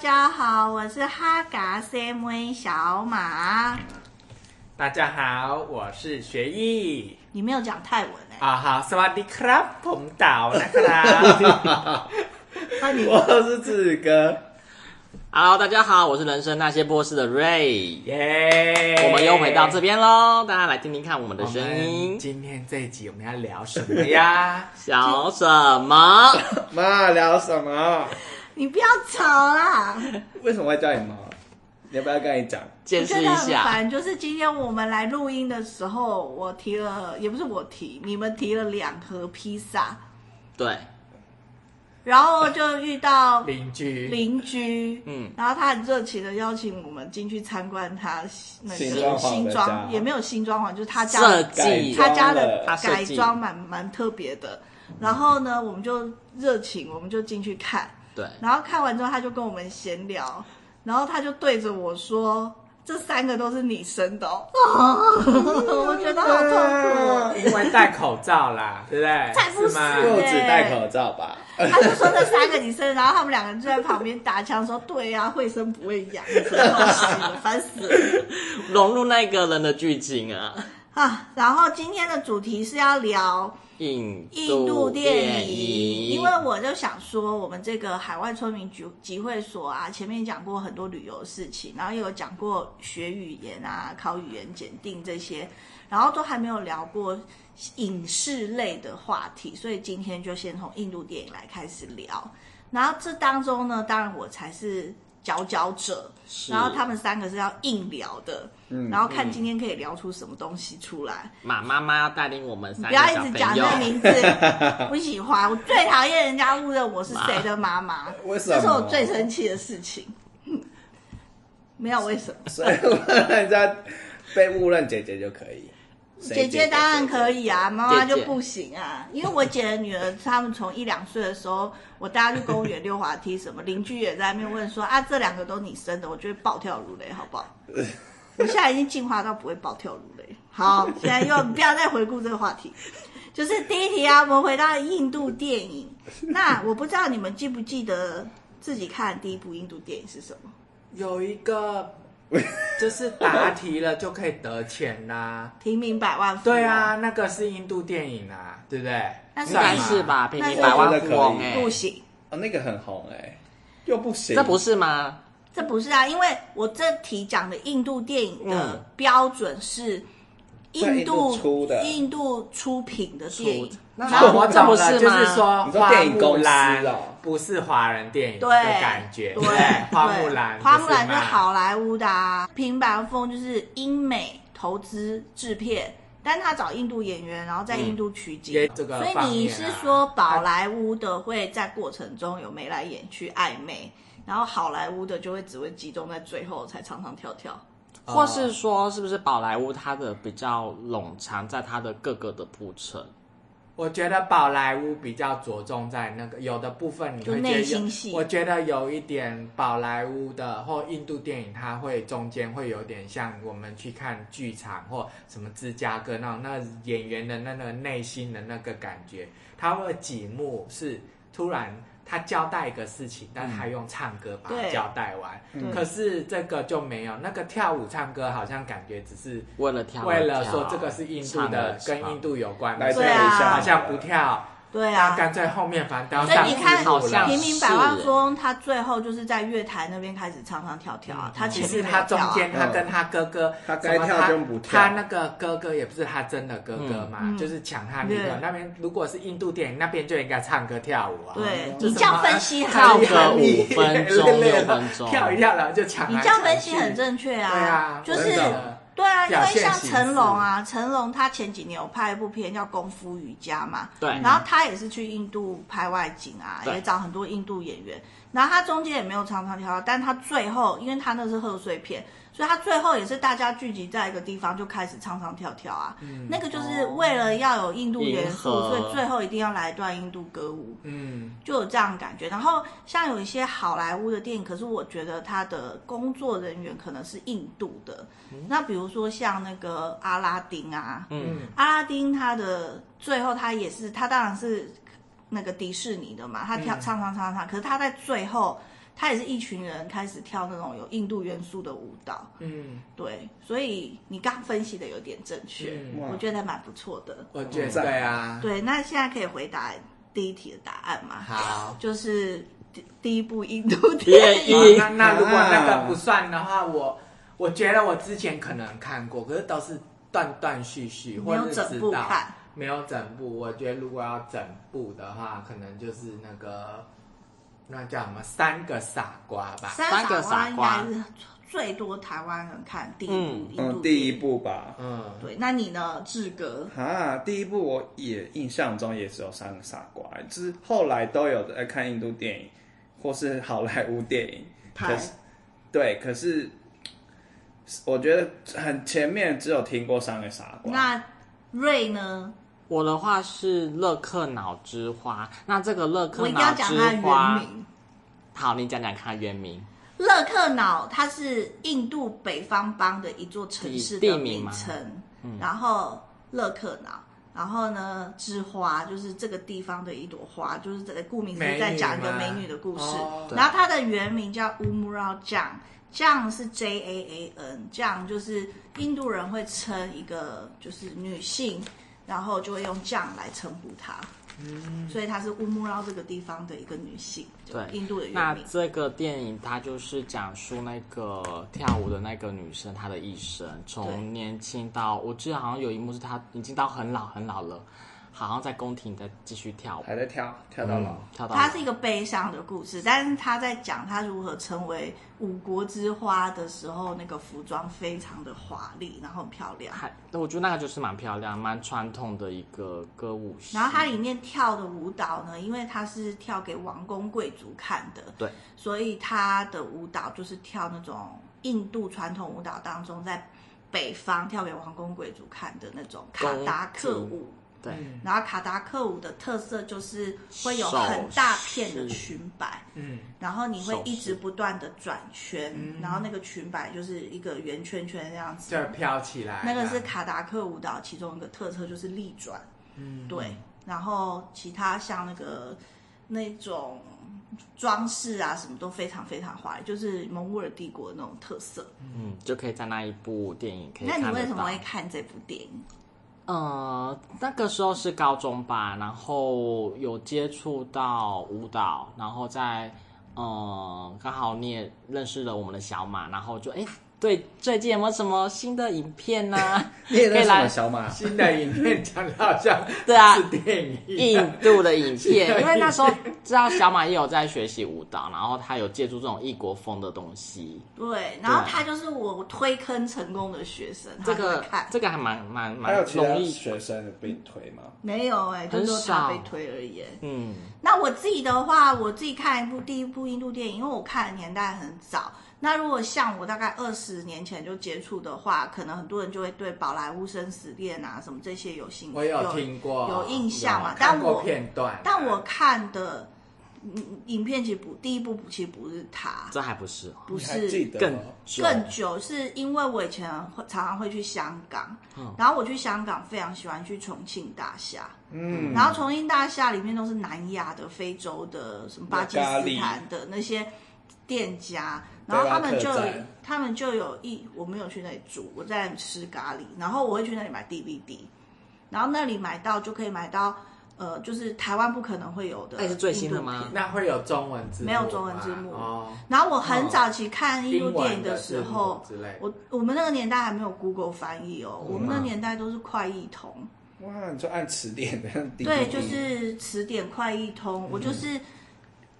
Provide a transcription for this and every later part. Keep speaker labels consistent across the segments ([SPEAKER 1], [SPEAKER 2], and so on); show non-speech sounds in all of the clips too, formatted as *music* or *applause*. [SPEAKER 1] 家好，我是哈嘎 CMA 小马。
[SPEAKER 2] 大家好，我是学艺
[SPEAKER 1] 你没有讲泰文哎、
[SPEAKER 2] 啊，好，สวัสดีครับผมเต๋านะครับ
[SPEAKER 1] 那你
[SPEAKER 2] 我是志哥，
[SPEAKER 3] Hello，大家好，我是人生那些波士的
[SPEAKER 2] *laughs*
[SPEAKER 3] Ray，
[SPEAKER 2] 耶、
[SPEAKER 3] 我们又回到这边喽，大家来听听看我们的
[SPEAKER 2] 我
[SPEAKER 3] 声
[SPEAKER 2] 们
[SPEAKER 3] 音，
[SPEAKER 2] 今天这一集我们要聊什么 *laughs* 呀？
[SPEAKER 3] 小
[SPEAKER 1] *laughs*
[SPEAKER 3] 什么？
[SPEAKER 4] 妈聊什么？
[SPEAKER 1] 你不要吵啦！
[SPEAKER 4] 为什么会叫你妈？你要不要跟你讲？
[SPEAKER 3] 见识
[SPEAKER 1] 真的
[SPEAKER 3] 一
[SPEAKER 1] 很
[SPEAKER 3] 下，
[SPEAKER 1] 烦。就是今天我们来录音的时候，我提了，也不是我提，你们提了两盒披萨，
[SPEAKER 3] 对，
[SPEAKER 1] 然后就遇到
[SPEAKER 2] 邻居，
[SPEAKER 1] 邻居，
[SPEAKER 3] 嗯
[SPEAKER 1] 然后他很热情的邀请我们进去参观他那个
[SPEAKER 4] 新装潢的
[SPEAKER 1] 新
[SPEAKER 4] 家
[SPEAKER 1] 装，也没有新装潢，就是他家
[SPEAKER 3] 设
[SPEAKER 4] 改
[SPEAKER 3] 计
[SPEAKER 1] 他
[SPEAKER 4] 装
[SPEAKER 1] 家的
[SPEAKER 3] 他设
[SPEAKER 1] 改
[SPEAKER 3] 计
[SPEAKER 1] 装蛮蛮特别的。然后呢，我们就热情，我们就进去看。
[SPEAKER 3] 对，
[SPEAKER 1] 然后看完之后，他就跟我们闲聊，然后他就对着我说：“这三个都是你生的哦。 *laughs* 我觉得好痛苦哦。
[SPEAKER 2] 因为戴口罩啦，对不对？
[SPEAKER 1] 才不是
[SPEAKER 2] 是吗？
[SPEAKER 4] 就只戴口罩吧。
[SPEAKER 1] 他就说这三个你生的，然后他们两个就在旁边打枪说：“对呀、会生不会养，什么东西的，烦死了。”
[SPEAKER 3] 融入那个人的剧情啊，
[SPEAKER 1] 啊，然后今天的主题是要聊
[SPEAKER 3] 印
[SPEAKER 1] 印度电
[SPEAKER 3] 电
[SPEAKER 1] 影，
[SPEAKER 3] 影，
[SPEAKER 1] 因为我就想说，我们这个海外村民集集会所啊，前面讲过很多旅游事情，然后也有讲过学语言啊、考语言检定这些，然后都还没有聊过影视类的话题，所以今天就先从印度电影来开始聊。然后这当中呢，当然我才是佼佼者，
[SPEAKER 3] 是嗯
[SPEAKER 1] 然后他们三个是要硬聊的，然后看今天可以聊出什么东西出来。
[SPEAKER 3] 马妈妈要带领我们三
[SPEAKER 1] 不
[SPEAKER 3] 个
[SPEAKER 1] 要一
[SPEAKER 3] 小
[SPEAKER 1] 直讲
[SPEAKER 3] 朋友
[SPEAKER 1] 那，名字，
[SPEAKER 3] *laughs*
[SPEAKER 1] 不喜欢。我最讨厌人家误认我是谁的妈妈，
[SPEAKER 4] 为什
[SPEAKER 1] 这
[SPEAKER 4] 么？
[SPEAKER 1] 是我最生气的事情。没有为什么，
[SPEAKER 4] 所以我让人家被误认姐姐就可以。谁
[SPEAKER 1] 姐姐当然可。以啊，妈妈就
[SPEAKER 3] 姐姐
[SPEAKER 1] 不行啊。因为我姐的女儿，她们从一两岁的时候，我带她去公园溜滑梯什么，邻居也在那边问说啊，这两个都你生的，我就会暴跳如雷，好不好？我现在已经进化到不会暴跳如雷。好，现在又不要再回顾这个话题。就是第一题啊，我们回到印度电影。那我不知道你们记不记得自己看的第一部印度电影是什么？
[SPEAKER 2] 有一个就是答题了就可以得钱啦。
[SPEAKER 1] 平民百万富翁。
[SPEAKER 2] *laughs* 对，啊，那个是印度电影啊，对不对？
[SPEAKER 1] 那是
[SPEAKER 3] 应
[SPEAKER 2] 算
[SPEAKER 3] 该
[SPEAKER 2] 吗
[SPEAKER 3] 是吧？平民
[SPEAKER 1] 那
[SPEAKER 3] 百
[SPEAKER 1] 是
[SPEAKER 3] 万富翁
[SPEAKER 4] 那
[SPEAKER 3] 哎、
[SPEAKER 1] 不行，
[SPEAKER 4] 哦，那个很红哎、又不行。
[SPEAKER 3] 这不
[SPEAKER 4] 是
[SPEAKER 3] 是吗？
[SPEAKER 1] 这不是啊，因为我这题讲的印度电影的
[SPEAKER 3] 嗯
[SPEAKER 1] 标准是
[SPEAKER 4] 在
[SPEAKER 1] 印
[SPEAKER 4] 印
[SPEAKER 1] 度
[SPEAKER 4] 度出的
[SPEAKER 1] 印度出品的电影
[SPEAKER 3] 出，
[SPEAKER 1] 然
[SPEAKER 2] 那
[SPEAKER 1] 后
[SPEAKER 2] 我
[SPEAKER 3] 这
[SPEAKER 2] 懂
[SPEAKER 3] 不
[SPEAKER 2] 了，
[SPEAKER 3] 是
[SPEAKER 2] 就
[SPEAKER 3] 吗
[SPEAKER 2] 是说
[SPEAKER 4] 你说
[SPEAKER 2] 花
[SPEAKER 4] 电影
[SPEAKER 2] 木
[SPEAKER 4] 公司
[SPEAKER 2] 兰
[SPEAKER 4] 哦
[SPEAKER 2] 不是华人电影的
[SPEAKER 1] 对
[SPEAKER 2] 感觉，
[SPEAKER 1] 对
[SPEAKER 2] 不花木兰，
[SPEAKER 1] 花木兰
[SPEAKER 2] 不
[SPEAKER 1] 就是
[SPEAKER 2] 吗
[SPEAKER 1] 好莱坞的啊，平白风就是英美投资制片。但他找印度演员，然后在印度取景，
[SPEAKER 2] 嗯也这个
[SPEAKER 1] 所以
[SPEAKER 2] 方
[SPEAKER 1] 你
[SPEAKER 2] 面啊
[SPEAKER 1] 是说宝莱坞的会在过程中有眉来眼去暧昧，然后好莱坞的就会只会集中在最后才唱唱跳跳。哦
[SPEAKER 3] 或是说，是不是宝莱坞它的比较冗长，在它的各个的铺陈？
[SPEAKER 2] 我觉得宝莱坞比较着重在那个有的部分，你
[SPEAKER 1] 就
[SPEAKER 2] 会
[SPEAKER 1] 内
[SPEAKER 2] 觉得
[SPEAKER 1] 心
[SPEAKER 2] 有
[SPEAKER 1] 戏
[SPEAKER 2] 我觉得有一点宝莱坞的或印度电影，它会中间会有点像我们去看剧场或什么芝加哥那种，那演员的那个内心的那个感觉，它会有几幕是突然。他交代一个事情，但他用唱歌把它
[SPEAKER 1] 对
[SPEAKER 2] 交代完。
[SPEAKER 1] 嗯
[SPEAKER 2] 可是这个就没有，那个跳舞唱歌好像感觉只是
[SPEAKER 3] 为了跳而
[SPEAKER 2] 为了
[SPEAKER 3] 跳
[SPEAKER 2] 说这个是印度
[SPEAKER 3] 唱
[SPEAKER 2] 的
[SPEAKER 3] 而，
[SPEAKER 2] 跟
[SPEAKER 3] 唱
[SPEAKER 2] 印度有关的，
[SPEAKER 4] 来这
[SPEAKER 1] 对啊
[SPEAKER 4] 一下，
[SPEAKER 2] 好像不。跳，
[SPEAKER 1] 对
[SPEAKER 2] 那
[SPEAKER 1] 啊，
[SPEAKER 2] 干脆后面反倒
[SPEAKER 1] 所
[SPEAKER 2] 上
[SPEAKER 1] 以你
[SPEAKER 2] 字
[SPEAKER 1] 看，
[SPEAKER 2] 幕
[SPEAKER 3] 好
[SPEAKER 2] 了
[SPEAKER 3] 像
[SPEAKER 1] 平民百万富翁，他最后就是在月台那边开始唱唱跳跳啊，他前
[SPEAKER 2] 其
[SPEAKER 1] 面
[SPEAKER 2] 实
[SPEAKER 1] 没
[SPEAKER 2] 他
[SPEAKER 1] 有
[SPEAKER 2] 中
[SPEAKER 1] 跳啊
[SPEAKER 2] 间他跟他哥哥，
[SPEAKER 4] 他该跳
[SPEAKER 2] 什么他
[SPEAKER 4] 就不跳
[SPEAKER 2] 他那个哥哥也不是他真的哥哥嘛，
[SPEAKER 1] 嗯
[SPEAKER 2] 就是抢他女朋友
[SPEAKER 1] 对
[SPEAKER 2] 那边。如果是印度电影那边就应该唱歌跳舞啊，
[SPEAKER 1] 对，
[SPEAKER 2] 就
[SPEAKER 1] 你这
[SPEAKER 2] 什么啊
[SPEAKER 1] 样分析很
[SPEAKER 3] 跳
[SPEAKER 2] 厉害
[SPEAKER 3] 个五分钟
[SPEAKER 2] 累
[SPEAKER 3] 六
[SPEAKER 2] 了
[SPEAKER 3] 分钟，
[SPEAKER 2] 跳一跳然后就抢来
[SPEAKER 1] 你这样
[SPEAKER 2] 抢去，
[SPEAKER 1] 分析很正确啊，
[SPEAKER 2] 对啊，
[SPEAKER 1] 就是
[SPEAKER 4] 真的
[SPEAKER 1] 对啊，因
[SPEAKER 2] 表
[SPEAKER 1] 为
[SPEAKER 2] 现
[SPEAKER 1] 像
[SPEAKER 2] 形
[SPEAKER 1] 成龙啊，成龙他前几年有拍一部片叫《功夫瑜伽》嘛，
[SPEAKER 3] 对
[SPEAKER 1] 然后他也是去印度拍外景啊，
[SPEAKER 3] 对
[SPEAKER 1] 也找很多印度演员，然后他中间也没有唱唱跳跳，但他最后因为他那是贺岁片，所以他最后也是大家聚集在一个地方就开始唱唱跳跳啊，那个就是为了要有印度元素，
[SPEAKER 3] 嗯哦迎合
[SPEAKER 1] 所以最后一定要来一段印度歌舞，
[SPEAKER 2] 嗯，
[SPEAKER 1] 就有这样的感觉。然后像有一些好莱坞的电影，可是我觉得他的工作人员可能是印度的。那比如说像那个阿拉丁啊，
[SPEAKER 3] 嗯，
[SPEAKER 1] 阿拉丁他的最后他也是，他当然是那个迪士尼的嘛，他跳唱唱唱唱，可是他在最后。他也是一群人开始跳那种有印度元素的舞蹈，
[SPEAKER 2] 嗯，
[SPEAKER 1] 对，所以你刚分析的有点正确，
[SPEAKER 2] 嗯
[SPEAKER 4] 哇
[SPEAKER 1] 我觉得还蛮不错的。
[SPEAKER 2] 我觉得
[SPEAKER 4] 赞
[SPEAKER 2] 对啊，
[SPEAKER 1] 对，那现在可以回答第一题的答案吗？
[SPEAKER 2] 好。
[SPEAKER 1] 就是第第一部印度电
[SPEAKER 2] *laughs*
[SPEAKER 3] 电
[SPEAKER 1] 影
[SPEAKER 3] 影。
[SPEAKER 1] *laughs*
[SPEAKER 2] 哦那那如果那
[SPEAKER 4] 啊
[SPEAKER 2] 个不算的话，我我觉得我之前可能看过，可是都是断断续续，
[SPEAKER 1] 没
[SPEAKER 2] 或
[SPEAKER 1] 有
[SPEAKER 2] 者
[SPEAKER 1] 整
[SPEAKER 2] 知
[SPEAKER 1] 部
[SPEAKER 2] 道
[SPEAKER 1] 看
[SPEAKER 2] 没有整部。我觉得如果要整部的话，可能就是那个那叫什么三个傻瓜吧。
[SPEAKER 1] 三
[SPEAKER 3] 三个
[SPEAKER 1] 傻
[SPEAKER 3] 傻
[SPEAKER 1] 瓜
[SPEAKER 3] 瓜
[SPEAKER 1] 应该是最多台湾人看第一部
[SPEAKER 3] 嗯
[SPEAKER 1] 印度
[SPEAKER 4] 嗯，
[SPEAKER 1] 电
[SPEAKER 4] 第一
[SPEAKER 1] 影。
[SPEAKER 4] 部吧。
[SPEAKER 2] 嗯，
[SPEAKER 1] 对，那你呢，志哥？
[SPEAKER 4] 啊，第一部我也印象中也只有三个傻瓜，就是后来都有在看印度电影或是好莱坞电影，
[SPEAKER 1] 拍
[SPEAKER 4] 可是对，可是我觉得很前面只有听过三个傻瓜，
[SPEAKER 1] 那瑞呢？
[SPEAKER 3] 我的话是乐克脑之花，那这个乐
[SPEAKER 1] 我
[SPEAKER 3] 克
[SPEAKER 1] 一定要
[SPEAKER 3] 脑
[SPEAKER 1] 讲
[SPEAKER 3] 之
[SPEAKER 1] 它的原
[SPEAKER 3] 花，
[SPEAKER 1] 名。
[SPEAKER 3] 好，你讲讲看它原名。
[SPEAKER 1] 勒克瑙，它是印度北方邦的一座城市的
[SPEAKER 3] 地名
[SPEAKER 1] 名
[SPEAKER 3] 吗嗯
[SPEAKER 1] 称。然后勒克瑙，然后呢，之花就是这个地方的一朵花，就是这个顾名思
[SPEAKER 2] 美
[SPEAKER 1] 义
[SPEAKER 2] 女
[SPEAKER 1] 在讲一个
[SPEAKER 2] 吗
[SPEAKER 1] 美女的故事。
[SPEAKER 2] 哦
[SPEAKER 1] 然后它的原名叫乌穆绕酱。酱是 J A A N，酱就是印度人会称一个就是女性，然后就会用酱来称呼她，所以她是乌穆绕这个地方的一个女性，就
[SPEAKER 3] 嗯对
[SPEAKER 1] 印度的原
[SPEAKER 3] 那
[SPEAKER 1] 名。
[SPEAKER 3] 这个电影它就是讲述那个跳舞的那个女生她的一生，
[SPEAKER 1] 对
[SPEAKER 3] 从年轻到我记得好像有一幕是她已经到很老很老了，好像在宫廷在继续跳舞，
[SPEAKER 4] 还在跳跳到老
[SPEAKER 3] 嗯，跳到
[SPEAKER 1] 它是一个悲伤的故事，但是他在讲他如何成为五国之花的时候，那个服装非常的华丽，然后很漂亮。
[SPEAKER 3] 还我觉得那个就是蛮漂亮、蛮传统的一个歌舞戏。
[SPEAKER 1] 然后它里面跳的舞蹈呢，因为它是跳给王公贵族看的，
[SPEAKER 3] 对，
[SPEAKER 1] 所以它的舞蹈就是跳那种印度传统舞蹈当中，在北方跳给王公贵族看的那种卡达克
[SPEAKER 3] 公
[SPEAKER 1] 舞。
[SPEAKER 3] 对
[SPEAKER 2] 嗯
[SPEAKER 1] 然后卡达克舞的特色就是会有很大片的
[SPEAKER 3] 手势
[SPEAKER 1] 裙摆，
[SPEAKER 2] 嗯，
[SPEAKER 1] 然后你会
[SPEAKER 3] 手
[SPEAKER 1] 一直
[SPEAKER 3] 势嗯
[SPEAKER 1] 不断的转圈，然后那个裙摆就是一个圆圈圈这样子
[SPEAKER 2] 就。飘起来。
[SPEAKER 1] 那
[SPEAKER 3] 啊
[SPEAKER 1] 个
[SPEAKER 2] *laughs*
[SPEAKER 1] 是卡达克舞蹈其中一个特色，就是立转。嗯，对。然后其他像那个那种装饰啊，什么都非常非常华丽，就是蒙古尔帝国的那种特色。
[SPEAKER 3] 嗯，就可以在那一部电影可以
[SPEAKER 1] 那
[SPEAKER 3] 看
[SPEAKER 1] 你
[SPEAKER 3] 得到。
[SPEAKER 1] 为什么会看这部电影？
[SPEAKER 3] 呃，那个时候是高中吧，然后有接触到舞蹈，然后在呃，刚好你也认识了我们的小马，然后就哎，对，最近有没有什么新的影
[SPEAKER 1] *laughs*
[SPEAKER 3] 片呢、
[SPEAKER 4] 你也认识
[SPEAKER 3] 可以来
[SPEAKER 4] 吗小马？
[SPEAKER 2] 新的影片讲的好像
[SPEAKER 3] 对啊
[SPEAKER 2] 是电影一
[SPEAKER 1] *laughs*
[SPEAKER 2] 样
[SPEAKER 3] 印度的影
[SPEAKER 2] 是的
[SPEAKER 3] 片，因为那时候知道小马也有在学习舞蹈，然后他有借助这种异国风的东西，
[SPEAKER 1] 对，然后他就是我推坑成功的学生，他
[SPEAKER 3] 啊这
[SPEAKER 1] 就
[SPEAKER 3] 个
[SPEAKER 1] 会看。
[SPEAKER 3] 这个还蛮蛮
[SPEAKER 4] 还有
[SPEAKER 3] 蛮
[SPEAKER 4] 其他
[SPEAKER 3] 容易，
[SPEAKER 4] 学生有被你推吗？
[SPEAKER 1] 没有哎、就
[SPEAKER 3] 很
[SPEAKER 1] 是他
[SPEAKER 3] 少
[SPEAKER 1] 被推而已欸、
[SPEAKER 3] 嗯，
[SPEAKER 1] 那我自己的话，我自己看一部第一部印度电影，因为我看的年代很早。那如果像我大概二十年前就接触的话，可能很多人就会对宝莱坞生死恋啊什么这些有兴趣，
[SPEAKER 2] 我有听过，
[SPEAKER 1] 有印象嘛
[SPEAKER 2] 有
[SPEAKER 1] 但
[SPEAKER 2] 看过
[SPEAKER 1] 我
[SPEAKER 2] 片段，啊
[SPEAKER 1] 但我看的嗯影片其实不，第一部其实不是他，
[SPEAKER 3] 这还不是哦
[SPEAKER 1] 不
[SPEAKER 4] 你还记
[SPEAKER 1] 是。
[SPEAKER 4] 得
[SPEAKER 3] 更
[SPEAKER 4] 吗
[SPEAKER 3] 久
[SPEAKER 1] 更久是因为我以前会常常会去香港，然后我去香港非常喜欢去重庆大厦，
[SPEAKER 4] 嗯，
[SPEAKER 1] 然后重庆大厦里面都是南亚的、非洲的、什么巴基斯坦的那些店家，然后他们就
[SPEAKER 4] 对
[SPEAKER 1] 有
[SPEAKER 4] 吧客栈
[SPEAKER 1] 他们就有一我没有去那里住，我在那里吃咖喱，然后我会去那里买 DVD，然后那里买到就可以买到呃，就是台湾不可能会有的，
[SPEAKER 3] 那也是最新的吗？
[SPEAKER 2] 那会有中文字幕
[SPEAKER 1] 没
[SPEAKER 2] 吗
[SPEAKER 1] 有中文字幕
[SPEAKER 2] 哦，
[SPEAKER 1] 然后我很早期看印度
[SPEAKER 2] 英文
[SPEAKER 1] 电影的时候，
[SPEAKER 2] 字幕之类的，
[SPEAKER 1] 我我们那个年代还没有 Google 翻译哦，
[SPEAKER 4] 嗯
[SPEAKER 1] 我们那个年代都是快译通。
[SPEAKER 4] 哇，你就按词典的，
[SPEAKER 1] 对，就是词典快译通，我就是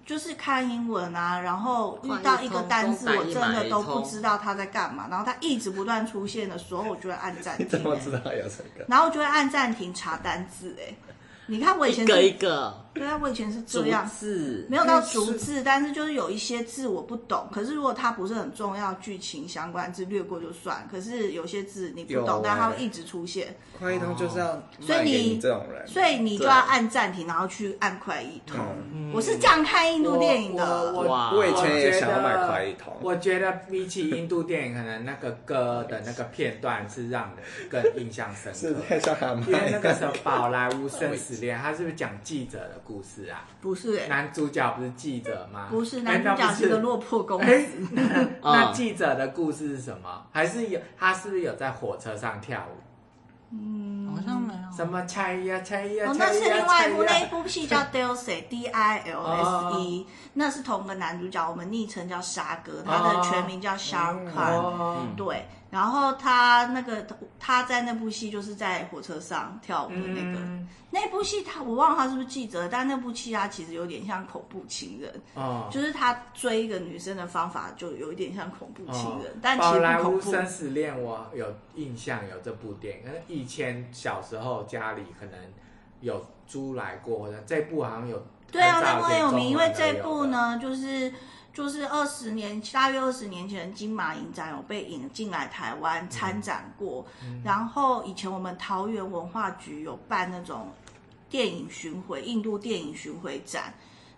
[SPEAKER 1] 就是看英文啊，然后遇到一个单字，
[SPEAKER 3] 快
[SPEAKER 1] 我
[SPEAKER 3] 译通
[SPEAKER 1] 真的都
[SPEAKER 3] 东打一码
[SPEAKER 1] 不
[SPEAKER 3] 一通
[SPEAKER 1] 知道它在干嘛，然后它一直不断出现的时候，我就会按暂
[SPEAKER 4] *laughs* 你怎
[SPEAKER 1] 停、
[SPEAKER 4] 么
[SPEAKER 1] 欸
[SPEAKER 4] 知道有这个？
[SPEAKER 1] 然后我就会按暂停查单字、欸，哎，你看我以前
[SPEAKER 3] 一个一
[SPEAKER 1] 是，
[SPEAKER 3] 个
[SPEAKER 1] 对啊，我以前是这
[SPEAKER 3] 逐
[SPEAKER 1] 样。
[SPEAKER 3] 字
[SPEAKER 1] 没有到逐字，但是就是有一些字我不懂。可是如果它不是很重要剧情相关字略过就算。可是有些字你不懂，
[SPEAKER 4] 有
[SPEAKER 1] 但它会
[SPEAKER 4] 欸
[SPEAKER 1] 一直出现。
[SPEAKER 4] *laughs* 快一通就是要
[SPEAKER 1] 所以
[SPEAKER 4] 卖给
[SPEAKER 1] 你
[SPEAKER 4] 你这种人，
[SPEAKER 1] 所以你就要按暂停，然后嗯
[SPEAKER 4] 嗯
[SPEAKER 1] 去按快一通。我是这样看印度电影的。
[SPEAKER 2] 我
[SPEAKER 3] 哇
[SPEAKER 4] 我以前也想要买快一通。
[SPEAKER 2] 我觉得比起印度电影，可能那个歌的那个片段是让人更印象深
[SPEAKER 4] 是
[SPEAKER 2] 刻。
[SPEAKER 4] 在上海
[SPEAKER 2] 因为那
[SPEAKER 4] 卖
[SPEAKER 2] 个什么宝莱坞生死恋，他是不是讲记者的故事啊？
[SPEAKER 1] 不是哎、
[SPEAKER 2] 男主角不是记者吗？
[SPEAKER 1] 不是
[SPEAKER 2] 哎
[SPEAKER 1] 男主角是
[SPEAKER 2] *laughs*
[SPEAKER 1] 个。落魄公子，
[SPEAKER 2] 那不那
[SPEAKER 3] 嗯
[SPEAKER 2] 记者的故事是什么？还是有他是不是有在火车上跳舞？
[SPEAKER 3] 好像没有
[SPEAKER 2] 什么拆呀拆呀
[SPEAKER 1] 哦，那
[SPEAKER 2] 拆呀
[SPEAKER 1] 是另外一部，那
[SPEAKER 2] 拆
[SPEAKER 1] 一
[SPEAKER 2] 呀
[SPEAKER 1] 部戏叫 Dilse D I L S E，那是同个男主角，我们昵称叫沙哥，他的全名叫 Shark Khan。
[SPEAKER 2] 哦，
[SPEAKER 1] 对，然后他那个他在那部戏就是在火车上跳舞的那个，
[SPEAKER 2] 嗯
[SPEAKER 1] 那部戏他我忘了他是不是记者，但那部戏他其实有点像恐怖情人，
[SPEAKER 2] 哦，
[SPEAKER 1] 就是他追一个女生的方法就有一点像恐怖情人，
[SPEAKER 2] 哦
[SPEAKER 1] 但其
[SPEAKER 2] 宝
[SPEAKER 1] 实
[SPEAKER 2] 莱
[SPEAKER 1] 不恐
[SPEAKER 2] 坞
[SPEAKER 1] 怖。
[SPEAKER 2] 生死恋我有印象有这部电影，可是以前小时候家里可能有租来过，或者这部好像有
[SPEAKER 1] 对啊，
[SPEAKER 2] 很
[SPEAKER 1] 那
[SPEAKER 2] 早
[SPEAKER 1] 部很
[SPEAKER 2] 以前
[SPEAKER 1] 有名，因
[SPEAKER 2] 中
[SPEAKER 1] 为
[SPEAKER 2] 文
[SPEAKER 1] 这
[SPEAKER 2] 的
[SPEAKER 1] 部
[SPEAKER 2] 有的，
[SPEAKER 1] 呢，就是就是二十年，大约二十年前金马影展有被引进来台
[SPEAKER 2] 嗯
[SPEAKER 1] 湾参展过，然后以前我们桃园文化局有办那种电影巡回，印度电影巡回展。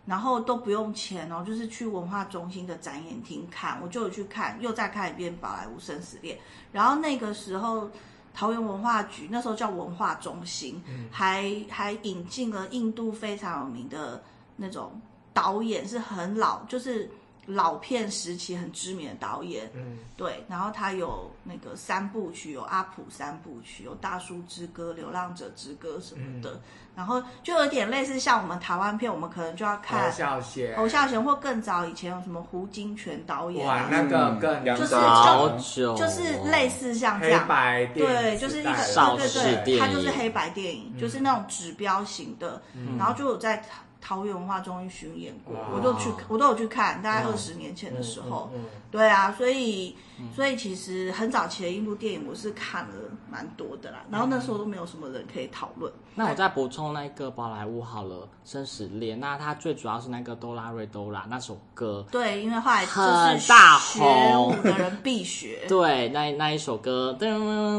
[SPEAKER 1] 然后都不用钱哦，就是去文化中心的展演厅看，我就有去看，又再看一遍《宝莱坞生死恋》。然后那个时候，桃园文化局那时候叫文化中心，
[SPEAKER 2] 嗯
[SPEAKER 1] 还还引进了印度非常有名的那种导演，是很老，就是老片时期很知名的导演。
[SPEAKER 2] 嗯，
[SPEAKER 1] 对，然后他有那个三部曲，有阿普三部曲，有大叔之歌、流浪者之歌什么
[SPEAKER 2] 嗯
[SPEAKER 1] 的，然后就有点类似像我们台湾片，我们可能就要
[SPEAKER 2] 侯
[SPEAKER 1] 看
[SPEAKER 2] 孝贤，啊
[SPEAKER 1] 侯孝贤或更早以前有什么胡金铨导演、
[SPEAKER 2] 哇，
[SPEAKER 1] 啊，
[SPEAKER 2] 那个更
[SPEAKER 4] 嗯杨
[SPEAKER 1] 就是
[SPEAKER 4] 导
[SPEAKER 3] 好久哦，
[SPEAKER 1] 就是类似像这
[SPEAKER 2] 黑
[SPEAKER 1] 样，
[SPEAKER 2] 白电影
[SPEAKER 1] 对，就是一个
[SPEAKER 2] 嗯时代
[SPEAKER 3] 邵
[SPEAKER 1] 对
[SPEAKER 2] 了
[SPEAKER 3] 氏
[SPEAKER 1] 对对，
[SPEAKER 3] 电
[SPEAKER 1] 它
[SPEAKER 3] 影嗯
[SPEAKER 1] 就是黑白电影，就是那种指标型的，然后就有在桃桃园文化中心巡演过，
[SPEAKER 2] 哇
[SPEAKER 1] 我都有去，我都有去看，大概
[SPEAKER 3] 嗯
[SPEAKER 1] 二十年前的时候，对啊，所以所以其实很早期的印度电影我是看了蛮多的
[SPEAKER 3] 嗯
[SPEAKER 1] 啦，然后那时候都没有什么人可以讨论，
[SPEAKER 3] 那我再补充那个宝莱坞好了，《生死恋》，那它最主要是那个哆啦瑞哆啦那首歌，
[SPEAKER 1] 对，因为后来就
[SPEAKER 3] 很
[SPEAKER 1] 是
[SPEAKER 3] 大
[SPEAKER 1] 学
[SPEAKER 3] 红
[SPEAKER 1] 舞的人必学，
[SPEAKER 3] *laughs* 对，那那一首歌噔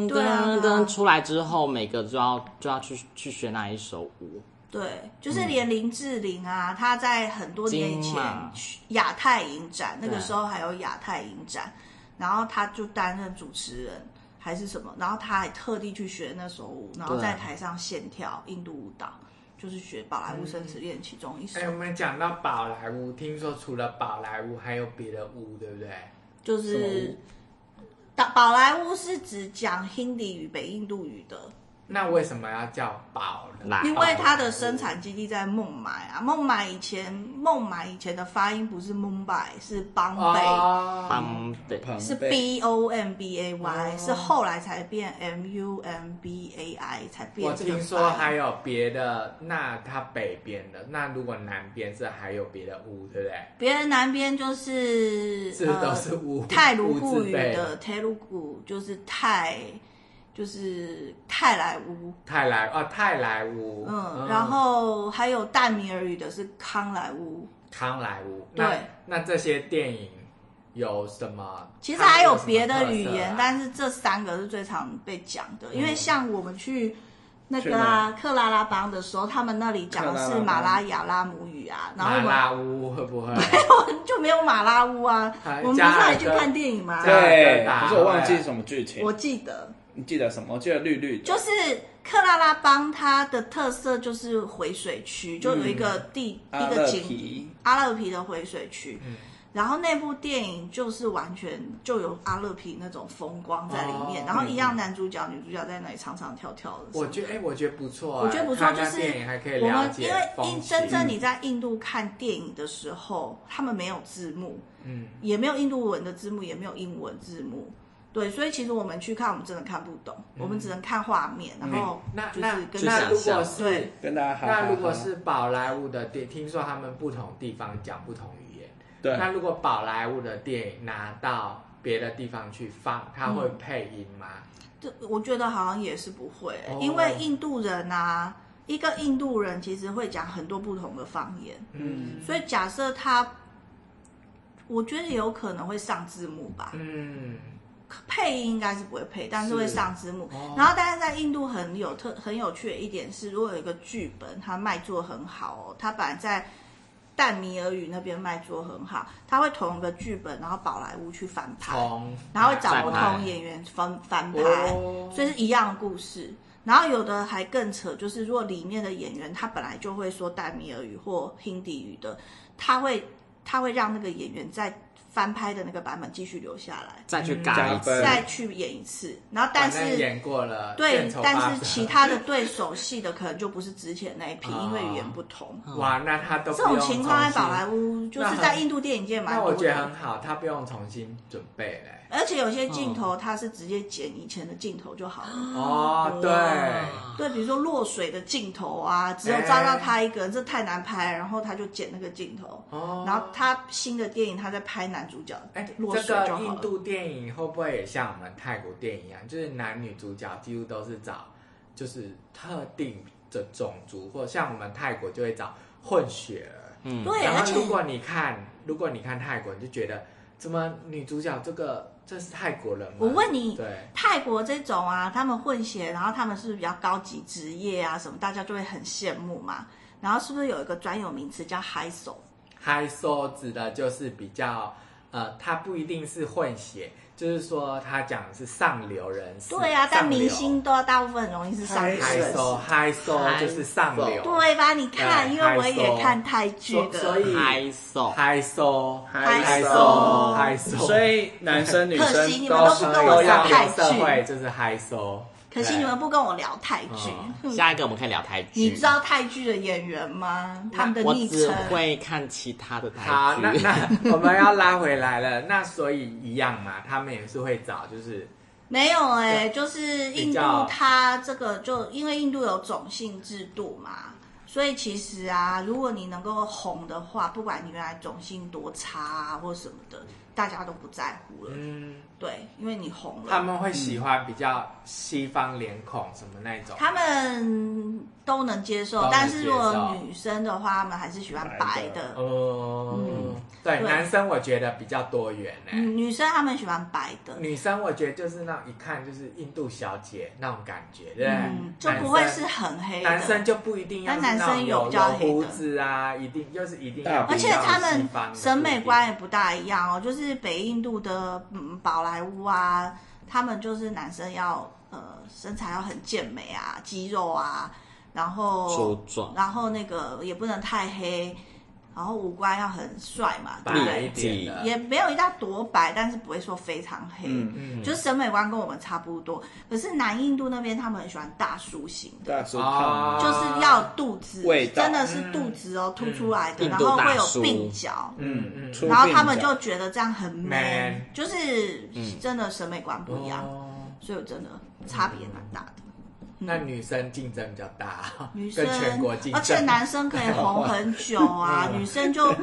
[SPEAKER 3] 噔
[SPEAKER 1] 对啊
[SPEAKER 3] 噔
[SPEAKER 1] 对啊
[SPEAKER 3] 噔出来之后，每个就要就要去去学那一首舞，
[SPEAKER 1] 对，就是连林志玲啊，她在很多年以
[SPEAKER 3] 嗯金
[SPEAKER 1] 前
[SPEAKER 3] 马
[SPEAKER 1] 去亚太影展，那个
[SPEAKER 3] 对
[SPEAKER 1] 时候还有亚太影展，然后她就担任主持人还是什么，然后她还特地去学那首舞，然后
[SPEAKER 3] 对
[SPEAKER 1] 在台上现跳印度舞蹈，就是学宝莱坞生
[SPEAKER 3] 嗯
[SPEAKER 1] 死恋其中一首，
[SPEAKER 2] 哎、我们讲到宝莱坞，听说除了宝莱坞还有别的屋，对不对？
[SPEAKER 1] 就
[SPEAKER 4] 什么
[SPEAKER 1] 是
[SPEAKER 4] 舞
[SPEAKER 1] 宝宝莱坞是只讲 Hindi 语、北印度语的，
[SPEAKER 2] 那为什么要叫宝呢？
[SPEAKER 3] 来
[SPEAKER 1] 因为它的生产基地在孟买啊，孟买以前孟买以前的发音不是 Mumbai，是 Bombay。
[SPEAKER 2] 哦，
[SPEAKER 3] 嗯，对，
[SPEAKER 1] 是
[SPEAKER 4] 庞贝
[SPEAKER 1] B O M B A Y，、
[SPEAKER 2] 哦
[SPEAKER 1] 是后来才变 M U M B A I 才变
[SPEAKER 2] 我
[SPEAKER 1] 这个发音。
[SPEAKER 2] 听说还有别的，那它北边的，那如果南边是还有别的屋，对不对？
[SPEAKER 1] 别人南边就是
[SPEAKER 2] 这都是乌
[SPEAKER 1] 呃、泰卢固
[SPEAKER 2] 乌字
[SPEAKER 1] 语
[SPEAKER 2] 辈
[SPEAKER 1] 的泰卢固，就是泰就是泰莱乌，
[SPEAKER 2] 泰莱哦，泰莱坞，
[SPEAKER 1] 嗯，然后还有淡米尔语的是康莱乌。
[SPEAKER 2] 康莱坞，
[SPEAKER 1] 对
[SPEAKER 2] 那那这些电影有什么？
[SPEAKER 1] 其实还有别
[SPEAKER 2] 它
[SPEAKER 1] 的
[SPEAKER 2] 们
[SPEAKER 1] 语
[SPEAKER 2] 有什么特色啊
[SPEAKER 1] 言，但是这三个是最常被讲的，
[SPEAKER 2] 嗯
[SPEAKER 1] 因为像我们去那个啊克拉拉邦的时候，他们那里讲的是马拉雅拉姆语啊，然后我
[SPEAKER 2] 马
[SPEAKER 1] 们
[SPEAKER 2] 拉乌
[SPEAKER 1] *laughs*
[SPEAKER 2] 会不会？
[SPEAKER 1] 就没有马拉乌啊。
[SPEAKER 2] 还
[SPEAKER 1] 我们不是
[SPEAKER 2] 哎加
[SPEAKER 1] 还
[SPEAKER 2] 了
[SPEAKER 1] 去
[SPEAKER 2] 个
[SPEAKER 1] 看电影吗？
[SPEAKER 2] 加
[SPEAKER 4] 对，
[SPEAKER 2] 对
[SPEAKER 4] 可是我忘记什么剧情
[SPEAKER 1] 我，记得，
[SPEAKER 4] 你记得什么？我记得绿绿的，
[SPEAKER 1] 就是克拉拉邦它的特色就是回水区，就有
[SPEAKER 2] 嗯
[SPEAKER 1] 一个地、
[SPEAKER 4] 阿
[SPEAKER 1] 一个
[SPEAKER 4] 勒
[SPEAKER 1] 景
[SPEAKER 4] 皮，
[SPEAKER 1] 阿勒皮的回水区。
[SPEAKER 2] 嗯
[SPEAKER 1] 然后那部电影就是完全就有阿勒皮那种风光在里面，
[SPEAKER 2] 哦
[SPEAKER 1] 然后一样男主角、女主角在那里唱唱跳跳的。
[SPEAKER 2] 我觉得，哎、我觉得不错、啊，
[SPEAKER 1] 我觉得不错，
[SPEAKER 2] 看
[SPEAKER 1] 就
[SPEAKER 2] 那
[SPEAKER 1] 是
[SPEAKER 2] 电影还可以
[SPEAKER 1] 我
[SPEAKER 2] 了
[SPEAKER 1] 们因
[SPEAKER 2] 解
[SPEAKER 1] 为
[SPEAKER 2] 风
[SPEAKER 1] 印
[SPEAKER 2] 情
[SPEAKER 1] 真正你在印度看电影的时候，他们没有字幕，
[SPEAKER 2] 嗯，
[SPEAKER 1] 也没有印度文的字幕，也没有英文字幕。对，所以其实我们去看，我们真的看不懂，
[SPEAKER 2] 嗯
[SPEAKER 1] 我们只能看画面，然后
[SPEAKER 2] 那
[SPEAKER 1] 就
[SPEAKER 2] 那
[SPEAKER 1] 是跟
[SPEAKER 2] 那
[SPEAKER 1] 着
[SPEAKER 2] 如
[SPEAKER 3] 想
[SPEAKER 2] 果
[SPEAKER 3] 象
[SPEAKER 2] 是
[SPEAKER 1] 对
[SPEAKER 4] 跟大家哈哈哈
[SPEAKER 2] 那如果是宝莱坞的电，听说他们不同地方讲不同语言。
[SPEAKER 4] 对
[SPEAKER 2] 那如果宝莱坞的电影拿到别的地方去放，它会配音吗？
[SPEAKER 1] 这我觉得好像也是不会、
[SPEAKER 2] 哦
[SPEAKER 1] 因为印度人啊，一个印度人其实会讲很多不同的方言，
[SPEAKER 2] 嗯
[SPEAKER 1] 所以假设他，我觉得有可能会上字幕吧，
[SPEAKER 2] 嗯，
[SPEAKER 1] 配音应该是不会配，但是会
[SPEAKER 2] 是
[SPEAKER 1] 上字幕。
[SPEAKER 2] 哦
[SPEAKER 1] 然后，但是在印度很有特很有趣的一点是，如果有一个剧本它卖座很好哦，它本来在淡米尔语那边卖座很好，他会同一个剧本，然后宝莱坞去翻拍，
[SPEAKER 2] 从
[SPEAKER 1] 然后找不
[SPEAKER 3] 再拍
[SPEAKER 1] 同演员翻翻拍，
[SPEAKER 2] 哦
[SPEAKER 1] 所以是一样的故事。然后有的还更扯，就是如果里面的演员他本来就会说淡米尔语或 Hindi 语的，他会他会让那个演员在翻拍的那个版本继续留下来，
[SPEAKER 3] 再去
[SPEAKER 4] 加
[SPEAKER 3] 改一
[SPEAKER 4] 分
[SPEAKER 3] 次，
[SPEAKER 1] 再去演一次。然后但
[SPEAKER 2] 哦反正
[SPEAKER 1] 是
[SPEAKER 2] 演过了，
[SPEAKER 1] 对
[SPEAKER 2] 见丑，八
[SPEAKER 1] 但是
[SPEAKER 2] 折
[SPEAKER 1] 其他的对手戏的可能就不是之前那一批，
[SPEAKER 3] 啊
[SPEAKER 1] 因为语言不同。
[SPEAKER 2] 哇，那他都不
[SPEAKER 1] 这种
[SPEAKER 2] 用
[SPEAKER 1] 情况在
[SPEAKER 2] 重新
[SPEAKER 1] 宝莱坞就是
[SPEAKER 2] 那
[SPEAKER 1] 在
[SPEAKER 2] 很
[SPEAKER 1] 印度电影界蛮
[SPEAKER 2] 那
[SPEAKER 1] 多
[SPEAKER 2] 我觉得
[SPEAKER 1] 的
[SPEAKER 2] 很。好，他不用重新准备嘞。
[SPEAKER 1] 而且有些镜
[SPEAKER 2] 嗯
[SPEAKER 1] 头，它是直接剪以前的镜头就好了。
[SPEAKER 2] 哦，对，
[SPEAKER 1] 对，比如说落水的镜头啊，只有照到他一个人，这太难拍，然后他就剪那个镜头。
[SPEAKER 2] 哦，
[SPEAKER 1] 然后他新的电影，他在拍男主角
[SPEAKER 2] 哎，
[SPEAKER 1] 落
[SPEAKER 2] 这
[SPEAKER 1] 水就
[SPEAKER 2] 个
[SPEAKER 1] 好
[SPEAKER 2] 印
[SPEAKER 1] 了。
[SPEAKER 2] 度电影会不会也像我们泰国电影一样，就是男女主角几乎都是找就是特定的种族，或像我们泰国就会找混血儿。
[SPEAKER 3] 嗯，
[SPEAKER 1] 对，
[SPEAKER 2] 然
[SPEAKER 1] 而
[SPEAKER 2] 后
[SPEAKER 1] 且
[SPEAKER 2] 如果你看，如果你看泰国，你就觉得怎么女主角这个这是泰国人吗？
[SPEAKER 1] 我问你
[SPEAKER 2] 对，
[SPEAKER 1] 泰国这种啊，他们混血，然后他们是比较高级职业啊什么，大家就会很羡慕嘛。然后是不是有一个专有名词叫 high soul？
[SPEAKER 2] 嗨搜指的就是比较呃，他不一定是混血，就是说他讲的是上流人士。
[SPEAKER 1] 对啊，但
[SPEAKER 2] 上流
[SPEAKER 1] 明星都大部分很容易是上海
[SPEAKER 4] high
[SPEAKER 2] 嗨
[SPEAKER 1] 人。
[SPEAKER 2] 搜嗨搜就是上流。
[SPEAKER 1] 对吧？你看，
[SPEAKER 3] 哎
[SPEAKER 2] 对
[SPEAKER 1] 因为我也
[SPEAKER 2] high soul
[SPEAKER 1] 看泰剧的，
[SPEAKER 2] 所以
[SPEAKER 3] 拍手，
[SPEAKER 2] 嗨搜
[SPEAKER 4] 嗨
[SPEAKER 2] 嗨
[SPEAKER 1] 搜
[SPEAKER 2] 搜嗨搜，
[SPEAKER 4] 所以男生女
[SPEAKER 1] 可惜
[SPEAKER 4] 生
[SPEAKER 1] 你们
[SPEAKER 4] 都
[SPEAKER 1] 都不跟我上
[SPEAKER 2] 上流
[SPEAKER 1] 泰
[SPEAKER 2] 社会
[SPEAKER 1] 剧，
[SPEAKER 2] 就是嗨搜。
[SPEAKER 1] 可惜你们不跟我聊泰剧。
[SPEAKER 3] 哎下一个我们可以聊台剧，
[SPEAKER 1] 你知道泰剧的演员吗？他们的
[SPEAKER 3] 我
[SPEAKER 1] 昵
[SPEAKER 3] 只
[SPEAKER 1] 称。
[SPEAKER 3] 会看其他的台剧，
[SPEAKER 2] 好，那那我们要拉回来了，那所以一样嘛，他们也是会找，就是
[SPEAKER 1] 没有哎、就是印
[SPEAKER 2] 比
[SPEAKER 1] 度
[SPEAKER 2] 较
[SPEAKER 1] 它这个就因为印度有种姓制度嘛，所以其实啊，如果你能够红的话，不管你原来种姓多差啊或什么的，大家都不在乎了。
[SPEAKER 2] 嗯，
[SPEAKER 1] 对，因为你红了。
[SPEAKER 2] 他们会喜欢比较西方脸孔什么那种。
[SPEAKER 1] 他们都能接
[SPEAKER 2] 都
[SPEAKER 1] 受
[SPEAKER 2] 能，
[SPEAKER 1] 但是如
[SPEAKER 2] 接
[SPEAKER 1] 果
[SPEAKER 2] 受
[SPEAKER 1] 女生的话，他们还是喜欢白
[SPEAKER 4] 白的
[SPEAKER 1] 的。
[SPEAKER 2] 哦，对，
[SPEAKER 1] 嗯对
[SPEAKER 2] 男生我觉得比较多元呢、
[SPEAKER 1] 嗯，女生他们喜欢白的，
[SPEAKER 2] 女生我觉得就是那种一看就是印度小姐那种感觉，对不对？
[SPEAKER 1] 嗯，就
[SPEAKER 2] 哎男
[SPEAKER 1] 不会
[SPEAKER 2] 生
[SPEAKER 1] 是很黑的。
[SPEAKER 2] 男生就不一定要
[SPEAKER 1] 但
[SPEAKER 2] 是那
[SPEAKER 1] 男生
[SPEAKER 2] 种
[SPEAKER 1] 有
[SPEAKER 2] 有
[SPEAKER 1] 比较
[SPEAKER 2] 有
[SPEAKER 1] 黑的
[SPEAKER 2] 胡子啊，一定又是一定要
[SPEAKER 4] 大
[SPEAKER 2] 比较
[SPEAKER 1] 而且
[SPEAKER 2] 西方
[SPEAKER 1] 他
[SPEAKER 2] 的，
[SPEAKER 1] 们审美
[SPEAKER 2] 不一
[SPEAKER 1] 观
[SPEAKER 2] 定
[SPEAKER 1] 也不大一样哦，就是北印度的嗯宝莱坞啊，他们就是男生要呃身材要很健美啊，肌肉啊，然后
[SPEAKER 3] 粗壮
[SPEAKER 1] 然后那个也不能太黑，然后五官要很帅嘛，对不
[SPEAKER 2] 白一
[SPEAKER 1] 对？
[SPEAKER 2] 点的，
[SPEAKER 1] 也没有一到多白，但是不会说非常黑，
[SPEAKER 4] 嗯，
[SPEAKER 2] 嗯
[SPEAKER 1] 就是审美观跟我们差不多。可是南印度那边他们很喜欢大叔型的，
[SPEAKER 4] 大叔
[SPEAKER 2] 啊
[SPEAKER 4] 胖，嗯
[SPEAKER 1] 就是要肚子
[SPEAKER 4] 味，道
[SPEAKER 1] 真的是肚子哦凸出来的，
[SPEAKER 3] 印
[SPEAKER 1] 然
[SPEAKER 3] 度
[SPEAKER 1] 后
[SPEAKER 3] 大
[SPEAKER 1] 会有
[SPEAKER 3] 叔
[SPEAKER 1] 鬓角，
[SPEAKER 2] 嗯嗯
[SPEAKER 4] 出
[SPEAKER 1] 然后
[SPEAKER 4] 鬓
[SPEAKER 1] 他们
[SPEAKER 4] 角
[SPEAKER 1] 就觉得这样很
[SPEAKER 2] Man
[SPEAKER 1] man，就是真的审美观不一样，
[SPEAKER 2] 哦
[SPEAKER 1] 所以我真的差别蛮大的。
[SPEAKER 2] 那女生竞争比较大，
[SPEAKER 1] 嗯女生
[SPEAKER 2] 跟全国竞，争，
[SPEAKER 1] 而且男生可以红很久啊，女生就。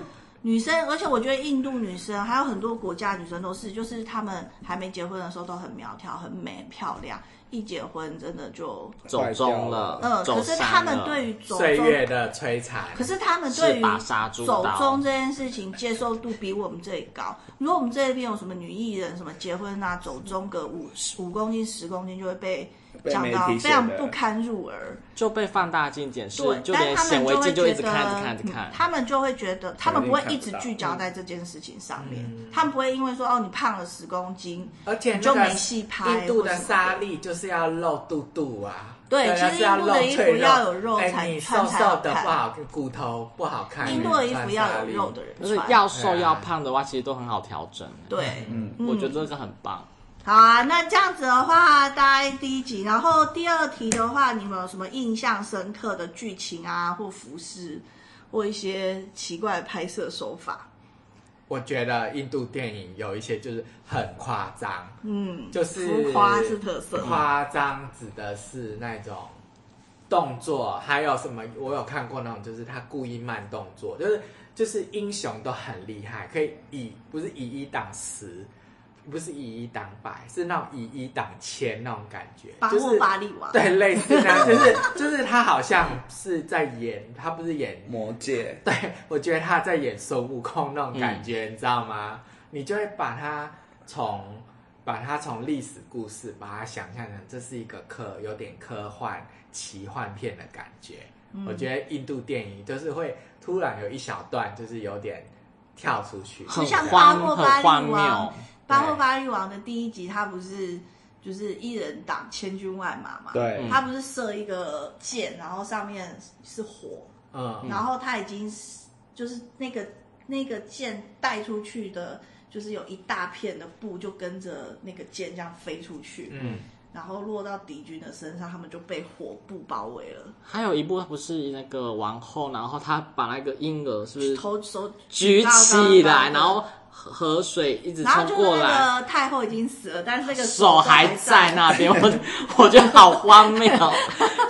[SPEAKER 1] 女生，而且我觉得印度女生还有很多国家女生都是，就是她们还没结婚的时候都很苗条、很美、漂亮，一结婚真的就，
[SPEAKER 3] 走中了，
[SPEAKER 1] 嗯，可
[SPEAKER 3] 走
[SPEAKER 1] 是
[SPEAKER 3] 散
[SPEAKER 1] 她们
[SPEAKER 3] 了
[SPEAKER 1] 对于走
[SPEAKER 2] 岁
[SPEAKER 1] 中
[SPEAKER 2] 月的摧残，
[SPEAKER 1] 可是他们对
[SPEAKER 3] 是
[SPEAKER 1] 于
[SPEAKER 3] 把杀猪
[SPEAKER 1] 走
[SPEAKER 3] 刀
[SPEAKER 1] 中这件事情接受度比我们这里高。如果我们这边有什么女艺人什么结婚啊，走中个五五公斤、十公斤就会被
[SPEAKER 4] 被
[SPEAKER 1] 讲
[SPEAKER 4] 媒
[SPEAKER 1] 到
[SPEAKER 4] 体
[SPEAKER 1] 非常
[SPEAKER 4] 写的
[SPEAKER 1] 不堪入耳。
[SPEAKER 3] 就被放大镜检视
[SPEAKER 1] 对，，
[SPEAKER 3] 就
[SPEAKER 1] 但
[SPEAKER 3] 连
[SPEAKER 1] 他
[SPEAKER 3] 显
[SPEAKER 1] 们
[SPEAKER 3] 微
[SPEAKER 1] 就会
[SPEAKER 3] 镜就一
[SPEAKER 1] 觉
[SPEAKER 3] 直
[SPEAKER 1] 得，
[SPEAKER 3] 看，一直看，一直
[SPEAKER 1] 嗯
[SPEAKER 3] 看。
[SPEAKER 1] 他们就会觉得，他们不会一直聚焦
[SPEAKER 4] 肯定看不到
[SPEAKER 1] 在这件事情上面，
[SPEAKER 3] 嗯
[SPEAKER 1] 他们不会因为说哦你胖了十公斤，
[SPEAKER 2] 而且
[SPEAKER 1] 你就
[SPEAKER 2] 那个
[SPEAKER 1] 没戏拍
[SPEAKER 2] 印度
[SPEAKER 1] 或
[SPEAKER 2] 的
[SPEAKER 1] 什么
[SPEAKER 2] 沙
[SPEAKER 1] 的
[SPEAKER 2] 粒就是要露肚肚啊，
[SPEAKER 1] 对
[SPEAKER 2] 它
[SPEAKER 1] 其
[SPEAKER 2] 是
[SPEAKER 1] 实
[SPEAKER 2] 要
[SPEAKER 1] 印度
[SPEAKER 2] 露
[SPEAKER 1] 的衣服
[SPEAKER 2] 脆肉
[SPEAKER 1] 要有肉
[SPEAKER 2] 哎
[SPEAKER 1] 才
[SPEAKER 2] 你瘦
[SPEAKER 1] 穿才
[SPEAKER 2] 瘦
[SPEAKER 1] 好
[SPEAKER 2] 的
[SPEAKER 1] 看
[SPEAKER 2] 不好，骨头不
[SPEAKER 3] 哎
[SPEAKER 2] 看，
[SPEAKER 1] 印度的衣服要
[SPEAKER 2] 穿
[SPEAKER 1] 有
[SPEAKER 2] 纱
[SPEAKER 1] 肉
[SPEAKER 2] 丽
[SPEAKER 1] 的人
[SPEAKER 3] 就是
[SPEAKER 1] 穿。
[SPEAKER 3] 要
[SPEAKER 2] 哎
[SPEAKER 3] 瘦要胖的话，其实都很好调整。
[SPEAKER 1] 对，嗯
[SPEAKER 3] 我觉得这个很棒。
[SPEAKER 1] 好啊，那这样子的话，大概第一集，然后第二题的话，你们有什么印象深刻的剧情啊，或服饰，或一些奇怪的拍摄手法？
[SPEAKER 2] 我觉得印度电影有一些就是很夸张，
[SPEAKER 1] 嗯，
[SPEAKER 2] 就是
[SPEAKER 1] 浮夸是特色吗？
[SPEAKER 2] 夸张指的是那种动作，还有什么？我有看过那种，就是他故意慢动作，就是就是英雄都很厉害，可以以不是以一挡十，不是以一挡百，是那种以一挡千那种感觉，
[SPEAKER 1] 把
[SPEAKER 2] 就
[SPEAKER 1] 握
[SPEAKER 2] 是
[SPEAKER 1] 巴利王，
[SPEAKER 2] 对类似那样，就是就是他好像是在演，他不是演
[SPEAKER 4] 魔界
[SPEAKER 2] *laughs* 对，我觉得他在演孙悟空那种感觉，你知道吗？你就会把他从把他从历史故事，把它想象成这是一个科有点科幻奇幻片的感觉，我觉得印度电影就是会突然有一小段，就是有点跳出去，
[SPEAKER 1] 就
[SPEAKER 3] 很
[SPEAKER 1] 像巴
[SPEAKER 3] 荒
[SPEAKER 1] 莫巴
[SPEAKER 3] 很荒
[SPEAKER 1] 利王
[SPEAKER 3] 谬，
[SPEAKER 1] 《巴霍巴利王》的第一集，他不是就是一人挡千军万马嘛？
[SPEAKER 2] 嗯
[SPEAKER 4] 对
[SPEAKER 1] 他不是射一个箭，然后上面是火，
[SPEAKER 2] 嗯，
[SPEAKER 1] 然后他已经是就是那个那个箭带出去的，就是有一大片的布就跟着那个箭这样飞出去，
[SPEAKER 2] 嗯，
[SPEAKER 1] 然后落到敌军的身上，他们就被火布包围了，
[SPEAKER 3] 还有一部不是那个王后，然后她把那个婴儿是不是
[SPEAKER 1] 头手
[SPEAKER 3] 举起
[SPEAKER 1] 高高高
[SPEAKER 3] 来，
[SPEAKER 1] 的
[SPEAKER 3] 然后河河水一直
[SPEAKER 1] 然后
[SPEAKER 3] 冲
[SPEAKER 1] 就是
[SPEAKER 3] 过来，
[SPEAKER 1] 那个太后已经死了，但是那个
[SPEAKER 3] 手还在
[SPEAKER 1] 在
[SPEAKER 3] 那边，我我觉得好
[SPEAKER 1] *laughs*
[SPEAKER 3] 荒谬，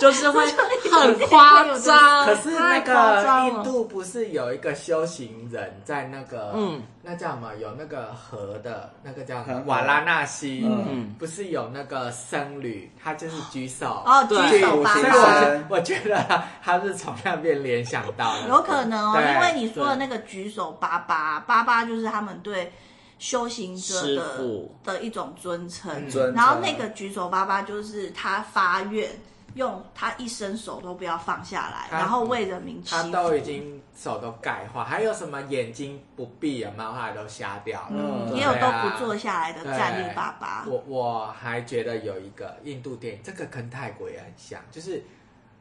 [SPEAKER 3] 就是会很夸张。
[SPEAKER 1] 啊
[SPEAKER 2] 可是那
[SPEAKER 3] 太夸
[SPEAKER 2] 个
[SPEAKER 3] 张
[SPEAKER 2] 印
[SPEAKER 3] 了
[SPEAKER 2] 度不是有一个修行人在那个，
[SPEAKER 3] 嗯，
[SPEAKER 2] 那叫什么？有那个河的那个叫什么
[SPEAKER 4] 嗯
[SPEAKER 2] 瓦拉纳西，
[SPEAKER 4] 嗯，
[SPEAKER 2] 不是有那个僧侣，他就是举手，
[SPEAKER 1] 哦，举
[SPEAKER 3] 对
[SPEAKER 1] 手
[SPEAKER 4] 我
[SPEAKER 1] 吧
[SPEAKER 2] 所
[SPEAKER 4] 先
[SPEAKER 2] 以
[SPEAKER 4] 对
[SPEAKER 1] 吧。
[SPEAKER 2] 我我觉得他是从那边联想到的，
[SPEAKER 1] 有可能哦，
[SPEAKER 2] 对
[SPEAKER 1] 因为你说的那个举手八八，八八就是他们对修行者
[SPEAKER 3] 师
[SPEAKER 1] 的
[SPEAKER 3] 父
[SPEAKER 1] 的一种尊称
[SPEAKER 2] 嗯，
[SPEAKER 4] 尊称
[SPEAKER 1] 然后那个举手八八就是他发愿，用他一生手都不要放下来，
[SPEAKER 2] 他
[SPEAKER 1] 然后为人民祈
[SPEAKER 2] 他
[SPEAKER 1] 福。
[SPEAKER 2] 都已经手都钙化，还有什么眼睛不闭有没有？后来都瞎掉了，
[SPEAKER 4] 嗯
[SPEAKER 1] 也有
[SPEAKER 2] 对
[SPEAKER 1] 都
[SPEAKER 2] 啊
[SPEAKER 1] 不坐下来的站立八八，
[SPEAKER 2] 我我还觉得有一个印度电影，这个跟泰国也很像，就是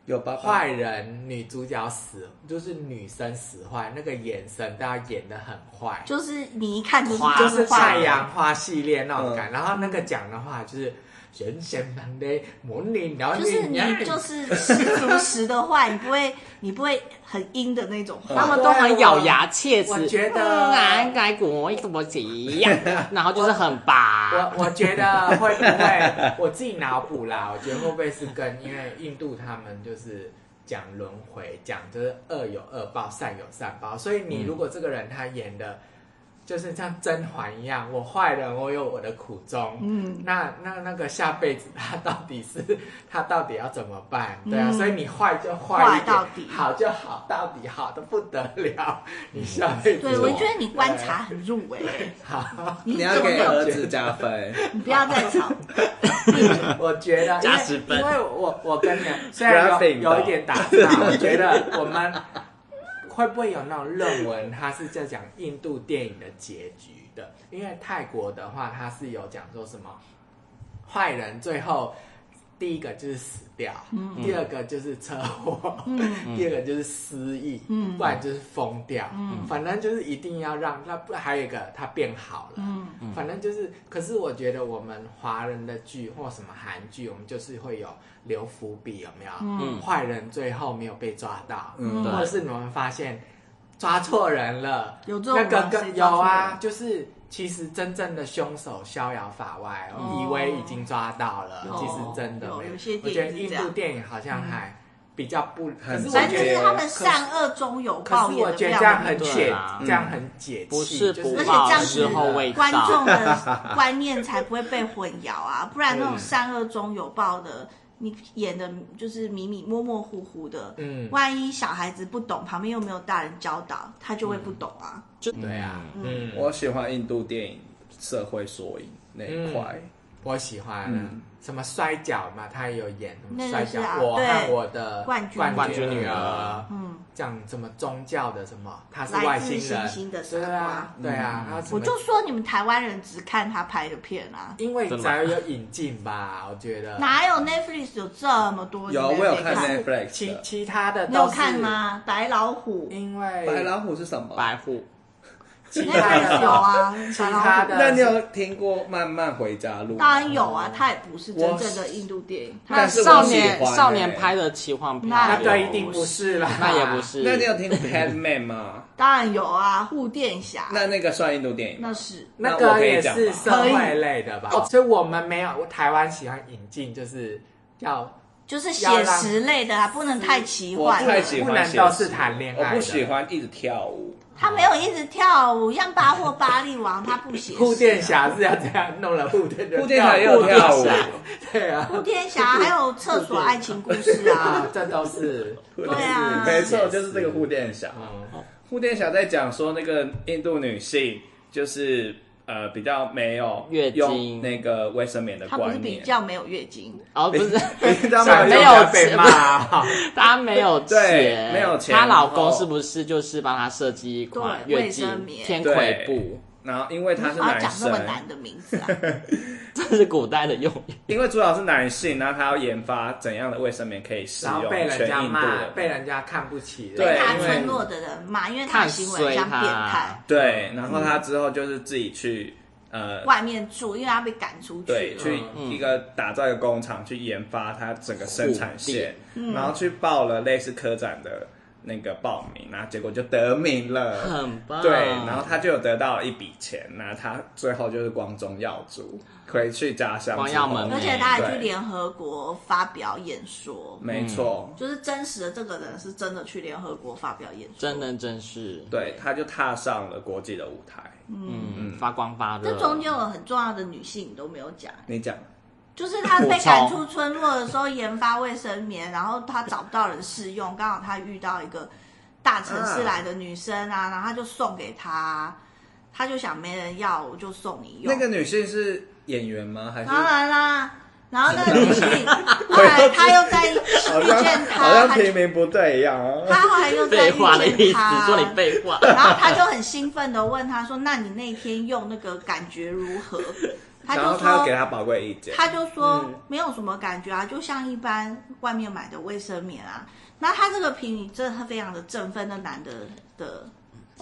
[SPEAKER 4] 有八卦
[SPEAKER 2] 坏人女主角死，就是女生死坏，那个眼神大家演的很坏，
[SPEAKER 1] 就是你一看就是
[SPEAKER 3] 夸
[SPEAKER 2] 就是
[SPEAKER 1] 坏
[SPEAKER 2] 太
[SPEAKER 1] 人嗯
[SPEAKER 2] 阳花系列那种感。然后那个讲的话就是人神难的模拟，然后
[SPEAKER 1] 就是你就是十足十的坏，你不会你不会很阴的那种
[SPEAKER 2] 哦
[SPEAKER 3] 他
[SPEAKER 1] 话。
[SPEAKER 3] 们都很咬牙切齿，
[SPEAKER 2] 我觉得
[SPEAKER 3] 嗯该国怎么一样，然后就是很
[SPEAKER 1] 啊
[SPEAKER 3] 拔，
[SPEAKER 2] 我我觉得会不会我自己脑补啦？我觉得会不会是跟因为印度他们就是讲轮回，讲就是恶有恶报，善有善报，所以你如果这个人他演的。就是像甄嬛一样，我坏人，我有我的苦衷。嗯，那那那个下辈子他到底是他到底要怎么办？对啊，所以你坏就坏
[SPEAKER 1] 嗯
[SPEAKER 2] 一
[SPEAKER 1] 坏
[SPEAKER 2] 点，
[SPEAKER 1] 到底
[SPEAKER 2] 好就好到底，好的不得了。你下辈子
[SPEAKER 1] 对，我觉得你观
[SPEAKER 2] 哎
[SPEAKER 1] 察很入微，
[SPEAKER 2] 好，
[SPEAKER 1] 你
[SPEAKER 4] 你
[SPEAKER 1] 怎
[SPEAKER 4] 要
[SPEAKER 1] 么
[SPEAKER 4] 给
[SPEAKER 1] 有
[SPEAKER 4] 儿子加分，
[SPEAKER 1] 你不要再
[SPEAKER 2] 哦
[SPEAKER 1] 吵，
[SPEAKER 2] *laughs* 我觉得因
[SPEAKER 3] 加
[SPEAKER 2] 为
[SPEAKER 3] 十分
[SPEAKER 2] 因为我我跟你讲虽然有
[SPEAKER 4] Graphic
[SPEAKER 2] 有一点打岔，我觉得我们会不会有那种论文，它是在讲印度电影的结局的？因为泰国的话，它是有讲说什么坏人最后。第一个就是死掉，第二个就是车祸，第二个就是失忆，不然就是疯掉，反正就是一定要让那不还有一个他变好了，
[SPEAKER 1] 嗯
[SPEAKER 2] *laughs* 反正就是，可是我觉得我们华人的剧或什么韩剧，我们就是会有留伏笔，有没有？
[SPEAKER 3] 嗯
[SPEAKER 2] 坏人最后没有被抓到，
[SPEAKER 4] 嗯
[SPEAKER 2] 或者是你们发现抓错人了，
[SPEAKER 1] 有这种吗
[SPEAKER 2] 那
[SPEAKER 1] 谁
[SPEAKER 2] 个跟有
[SPEAKER 1] 抓错
[SPEAKER 2] 啊
[SPEAKER 1] 人，
[SPEAKER 2] 就是其实真正的凶手逍遥法外，
[SPEAKER 1] 哦
[SPEAKER 2] 以为已经抓到了，
[SPEAKER 1] 哦
[SPEAKER 2] 其实真的
[SPEAKER 1] 有
[SPEAKER 2] 没
[SPEAKER 1] 有些
[SPEAKER 2] 我觉
[SPEAKER 1] 电
[SPEAKER 2] 得
[SPEAKER 1] 影
[SPEAKER 2] 印
[SPEAKER 1] 是
[SPEAKER 2] 度
[SPEAKER 1] 这样
[SPEAKER 2] 电影好像还比较不，可
[SPEAKER 4] 很
[SPEAKER 2] 是我
[SPEAKER 1] 反正
[SPEAKER 2] 觉
[SPEAKER 1] 就是
[SPEAKER 2] 得。
[SPEAKER 1] 他们善恶中有
[SPEAKER 2] 可
[SPEAKER 1] 报，
[SPEAKER 2] 是
[SPEAKER 1] 也
[SPEAKER 2] 我
[SPEAKER 1] 的
[SPEAKER 2] 觉
[SPEAKER 1] 非
[SPEAKER 2] 得这样
[SPEAKER 1] 常
[SPEAKER 2] 很
[SPEAKER 3] 对
[SPEAKER 2] 解
[SPEAKER 3] 啦，
[SPEAKER 2] 这样很解气，
[SPEAKER 3] 不是
[SPEAKER 2] 就
[SPEAKER 3] 不
[SPEAKER 1] 而且
[SPEAKER 3] 报
[SPEAKER 1] 这样
[SPEAKER 3] 之
[SPEAKER 1] 子
[SPEAKER 3] 后未
[SPEAKER 1] 观众
[SPEAKER 3] 到， *laughs*
[SPEAKER 1] 的观念才不会被混淆啊，不然那
[SPEAKER 2] 嗯
[SPEAKER 1] 种善恶中有报的，你演的就是迷迷模模糊糊的，
[SPEAKER 2] 嗯
[SPEAKER 1] 万一小孩子不懂，旁边又没有大人教导，他就会不懂啊。
[SPEAKER 3] 就
[SPEAKER 2] 对啊，嗯，我
[SPEAKER 4] 我喜欢印度电影社会缩影那一块，
[SPEAKER 2] 我喜欢啊
[SPEAKER 4] 嗯
[SPEAKER 2] 什么摔跤嘛，他也有演什么
[SPEAKER 1] 那
[SPEAKER 2] 摔
[SPEAKER 1] 个是
[SPEAKER 2] 跤，
[SPEAKER 1] 啊
[SPEAKER 2] 我
[SPEAKER 1] 对
[SPEAKER 2] 和我的
[SPEAKER 1] 冠军
[SPEAKER 2] 冠
[SPEAKER 3] 女儿
[SPEAKER 2] 女儿，
[SPEAKER 1] 嗯，
[SPEAKER 2] 讲什么宗教的什么，他是外
[SPEAKER 1] 来
[SPEAKER 2] 星
[SPEAKER 1] 自星
[SPEAKER 2] 人，
[SPEAKER 1] 星的傻
[SPEAKER 2] 对
[SPEAKER 1] 瓜
[SPEAKER 2] 啊，。对
[SPEAKER 4] 嗯
[SPEAKER 2] 啊，他什
[SPEAKER 1] 我
[SPEAKER 2] 么
[SPEAKER 1] 就说你们台湾人只看他拍的片啊，
[SPEAKER 2] 因为
[SPEAKER 3] 真的
[SPEAKER 2] 才有引进吧，我觉得
[SPEAKER 1] 哪有 Netflix 有这么
[SPEAKER 2] 嗯
[SPEAKER 1] 多？
[SPEAKER 4] 有
[SPEAKER 1] 你
[SPEAKER 4] 我
[SPEAKER 1] 们
[SPEAKER 4] 有
[SPEAKER 1] 没
[SPEAKER 4] 看
[SPEAKER 1] 看，
[SPEAKER 4] Netflix
[SPEAKER 2] 其
[SPEAKER 4] 的。
[SPEAKER 2] 其他的
[SPEAKER 1] 你
[SPEAKER 2] 都
[SPEAKER 1] 有
[SPEAKER 2] 是
[SPEAKER 1] 看？吗？白老虎，
[SPEAKER 2] 因为
[SPEAKER 4] 白老虎是什么？
[SPEAKER 3] 白虎
[SPEAKER 2] 其
[SPEAKER 1] Netflix 有
[SPEAKER 2] 他的
[SPEAKER 1] 啊，
[SPEAKER 2] 其
[SPEAKER 1] 白老
[SPEAKER 2] 他
[SPEAKER 1] 虎。
[SPEAKER 2] 的，
[SPEAKER 4] 那你有听过《慢慢回家路》吗？
[SPEAKER 1] 当然有
[SPEAKER 2] 嗯
[SPEAKER 1] 啊，它也不是真正的印度电影。
[SPEAKER 4] 但是我
[SPEAKER 3] 少
[SPEAKER 4] 喜
[SPEAKER 3] 年
[SPEAKER 4] 欢欸
[SPEAKER 3] 少年拍的奇幻漂
[SPEAKER 1] 那
[SPEAKER 2] 那
[SPEAKER 3] 流，
[SPEAKER 2] 个一定不是啦，
[SPEAKER 3] 那也不。是，
[SPEAKER 4] 那你有听《Padman》吗？
[SPEAKER 1] 当然有啊，护垫侠
[SPEAKER 4] 那那个算印度电影吗？
[SPEAKER 1] 那是
[SPEAKER 2] 那
[SPEAKER 4] 那我
[SPEAKER 2] 个
[SPEAKER 4] 可以
[SPEAKER 2] 也
[SPEAKER 4] 讲
[SPEAKER 2] 是
[SPEAKER 4] 吧
[SPEAKER 2] 社会类的吧，所以我们没有台湾喜欢引进，就是要
[SPEAKER 1] 就是写实类的啊，不能太奇
[SPEAKER 4] 我
[SPEAKER 1] 幻
[SPEAKER 4] 太喜
[SPEAKER 1] 了。
[SPEAKER 2] 不
[SPEAKER 4] 欢
[SPEAKER 2] 能
[SPEAKER 4] 写
[SPEAKER 2] 都
[SPEAKER 4] 实
[SPEAKER 2] 是谈恋爱
[SPEAKER 4] 我
[SPEAKER 2] 的
[SPEAKER 4] 不喜欢一直跳舞。
[SPEAKER 1] 他没有一直跳舞，像巴霍巴利王，他不写实。
[SPEAKER 2] 护垫，侠是要这样弄了护垫就
[SPEAKER 4] 布电台也
[SPEAKER 2] 掉
[SPEAKER 4] 有
[SPEAKER 2] 了
[SPEAKER 4] 跳舞，
[SPEAKER 2] 对
[SPEAKER 4] *laughs*
[SPEAKER 2] 啊，
[SPEAKER 1] 护垫侠还有厕所爱情故事啊
[SPEAKER 2] 啊，，这都是
[SPEAKER 1] 对啊
[SPEAKER 4] 没错，就是这个护垫侠。
[SPEAKER 2] 嗯
[SPEAKER 4] 护垫侠在讲说那个印度女性就是呃比较没有
[SPEAKER 3] 月经
[SPEAKER 4] 用那个卫生棉的
[SPEAKER 1] 他不是
[SPEAKER 4] 观
[SPEAKER 1] 比
[SPEAKER 4] 念，
[SPEAKER 1] 较没有月经，
[SPEAKER 3] 哦，不
[SPEAKER 4] *laughs*
[SPEAKER 3] 是， *laughs*
[SPEAKER 4] 比较
[SPEAKER 3] 没
[SPEAKER 2] *laughs*
[SPEAKER 3] 有
[SPEAKER 2] 要被骂。
[SPEAKER 3] 她没有钱，
[SPEAKER 4] 对没有钱
[SPEAKER 3] 她老公
[SPEAKER 4] 然后
[SPEAKER 3] 是不是就是帮她设计一款
[SPEAKER 1] 对
[SPEAKER 3] 月
[SPEAKER 1] 卫生
[SPEAKER 3] 经
[SPEAKER 1] 棉
[SPEAKER 3] 天葵布？
[SPEAKER 4] 然后因为他是
[SPEAKER 1] 然后
[SPEAKER 4] 男
[SPEAKER 1] 讲那
[SPEAKER 4] 生
[SPEAKER 1] 么，难的名
[SPEAKER 4] *laughs*
[SPEAKER 1] 字啊，
[SPEAKER 3] 这是古代的用语。
[SPEAKER 4] 因为主角是男性，然后他要研发怎样的卫生棉可以
[SPEAKER 2] *laughs*
[SPEAKER 4] 适
[SPEAKER 2] 然后
[SPEAKER 4] 用
[SPEAKER 2] 被人家
[SPEAKER 4] 全印度
[SPEAKER 2] 骂，
[SPEAKER 4] 人
[SPEAKER 2] 被人家看不起了。
[SPEAKER 4] 对
[SPEAKER 1] 被他
[SPEAKER 4] 因为
[SPEAKER 1] 村落的人骂，因为他的行为很像变态，
[SPEAKER 4] 对，然后他之后就是自己去呃
[SPEAKER 1] 外面住，因为他被赶出去
[SPEAKER 4] 对，
[SPEAKER 1] 了。
[SPEAKER 4] 去一个打造一个工厂，去研发它整个生产线，
[SPEAKER 1] 嗯
[SPEAKER 4] 然后去报了类似科展的那个报名，然后结果就得名了。
[SPEAKER 3] 很棒。
[SPEAKER 4] 对，然后他就有得到一笔钱，那他最后就是光宗耀祖，回去家乡之后。
[SPEAKER 3] 光耀门楣
[SPEAKER 1] 而且他还去
[SPEAKER 4] 嗯对
[SPEAKER 1] 联合国发表演说，
[SPEAKER 4] 没错，
[SPEAKER 1] 就是真实的这个人是真的去联合国发表演说，
[SPEAKER 3] 真。人真事，
[SPEAKER 4] 对，他就踏上了国际的舞台。
[SPEAKER 3] 嗯，发光发热。
[SPEAKER 1] 这中间有很重要的女性你都没有讲，
[SPEAKER 4] 你讲，
[SPEAKER 1] 就是她被赶出村落的时候研发卫生棉，然后她找不到人试用，刚好她遇到一个大城市来的女生
[SPEAKER 4] 嗯
[SPEAKER 1] 啊，然后她就送给她，她就想没人要，我就送你用。
[SPEAKER 4] 那个女性是演员吗？还是
[SPEAKER 1] 当然啦，然后那个女
[SPEAKER 4] *laughs*
[SPEAKER 1] 性，后来她又在
[SPEAKER 4] 好
[SPEAKER 1] 遇
[SPEAKER 4] 像
[SPEAKER 1] 见
[SPEAKER 4] 好
[SPEAKER 1] 他，
[SPEAKER 4] 像
[SPEAKER 1] 她
[SPEAKER 4] 提名不对一样
[SPEAKER 1] 她
[SPEAKER 4] 啊？
[SPEAKER 1] 后来又在
[SPEAKER 3] 废话的
[SPEAKER 1] 遇
[SPEAKER 3] 意
[SPEAKER 1] 见
[SPEAKER 3] 思，说你
[SPEAKER 1] 他。
[SPEAKER 3] 废话。
[SPEAKER 1] 然后他就很兴奋的问他说：“那你那天用那个感觉如何？”他就
[SPEAKER 4] 然后他要给
[SPEAKER 1] 说：“
[SPEAKER 4] 他宝贵的意见。
[SPEAKER 1] 他就说
[SPEAKER 2] 嗯
[SPEAKER 1] 没有什么感觉啊，就像一般外面买的卫生棉啊。”那他这个评语真的非常的振奋那男的的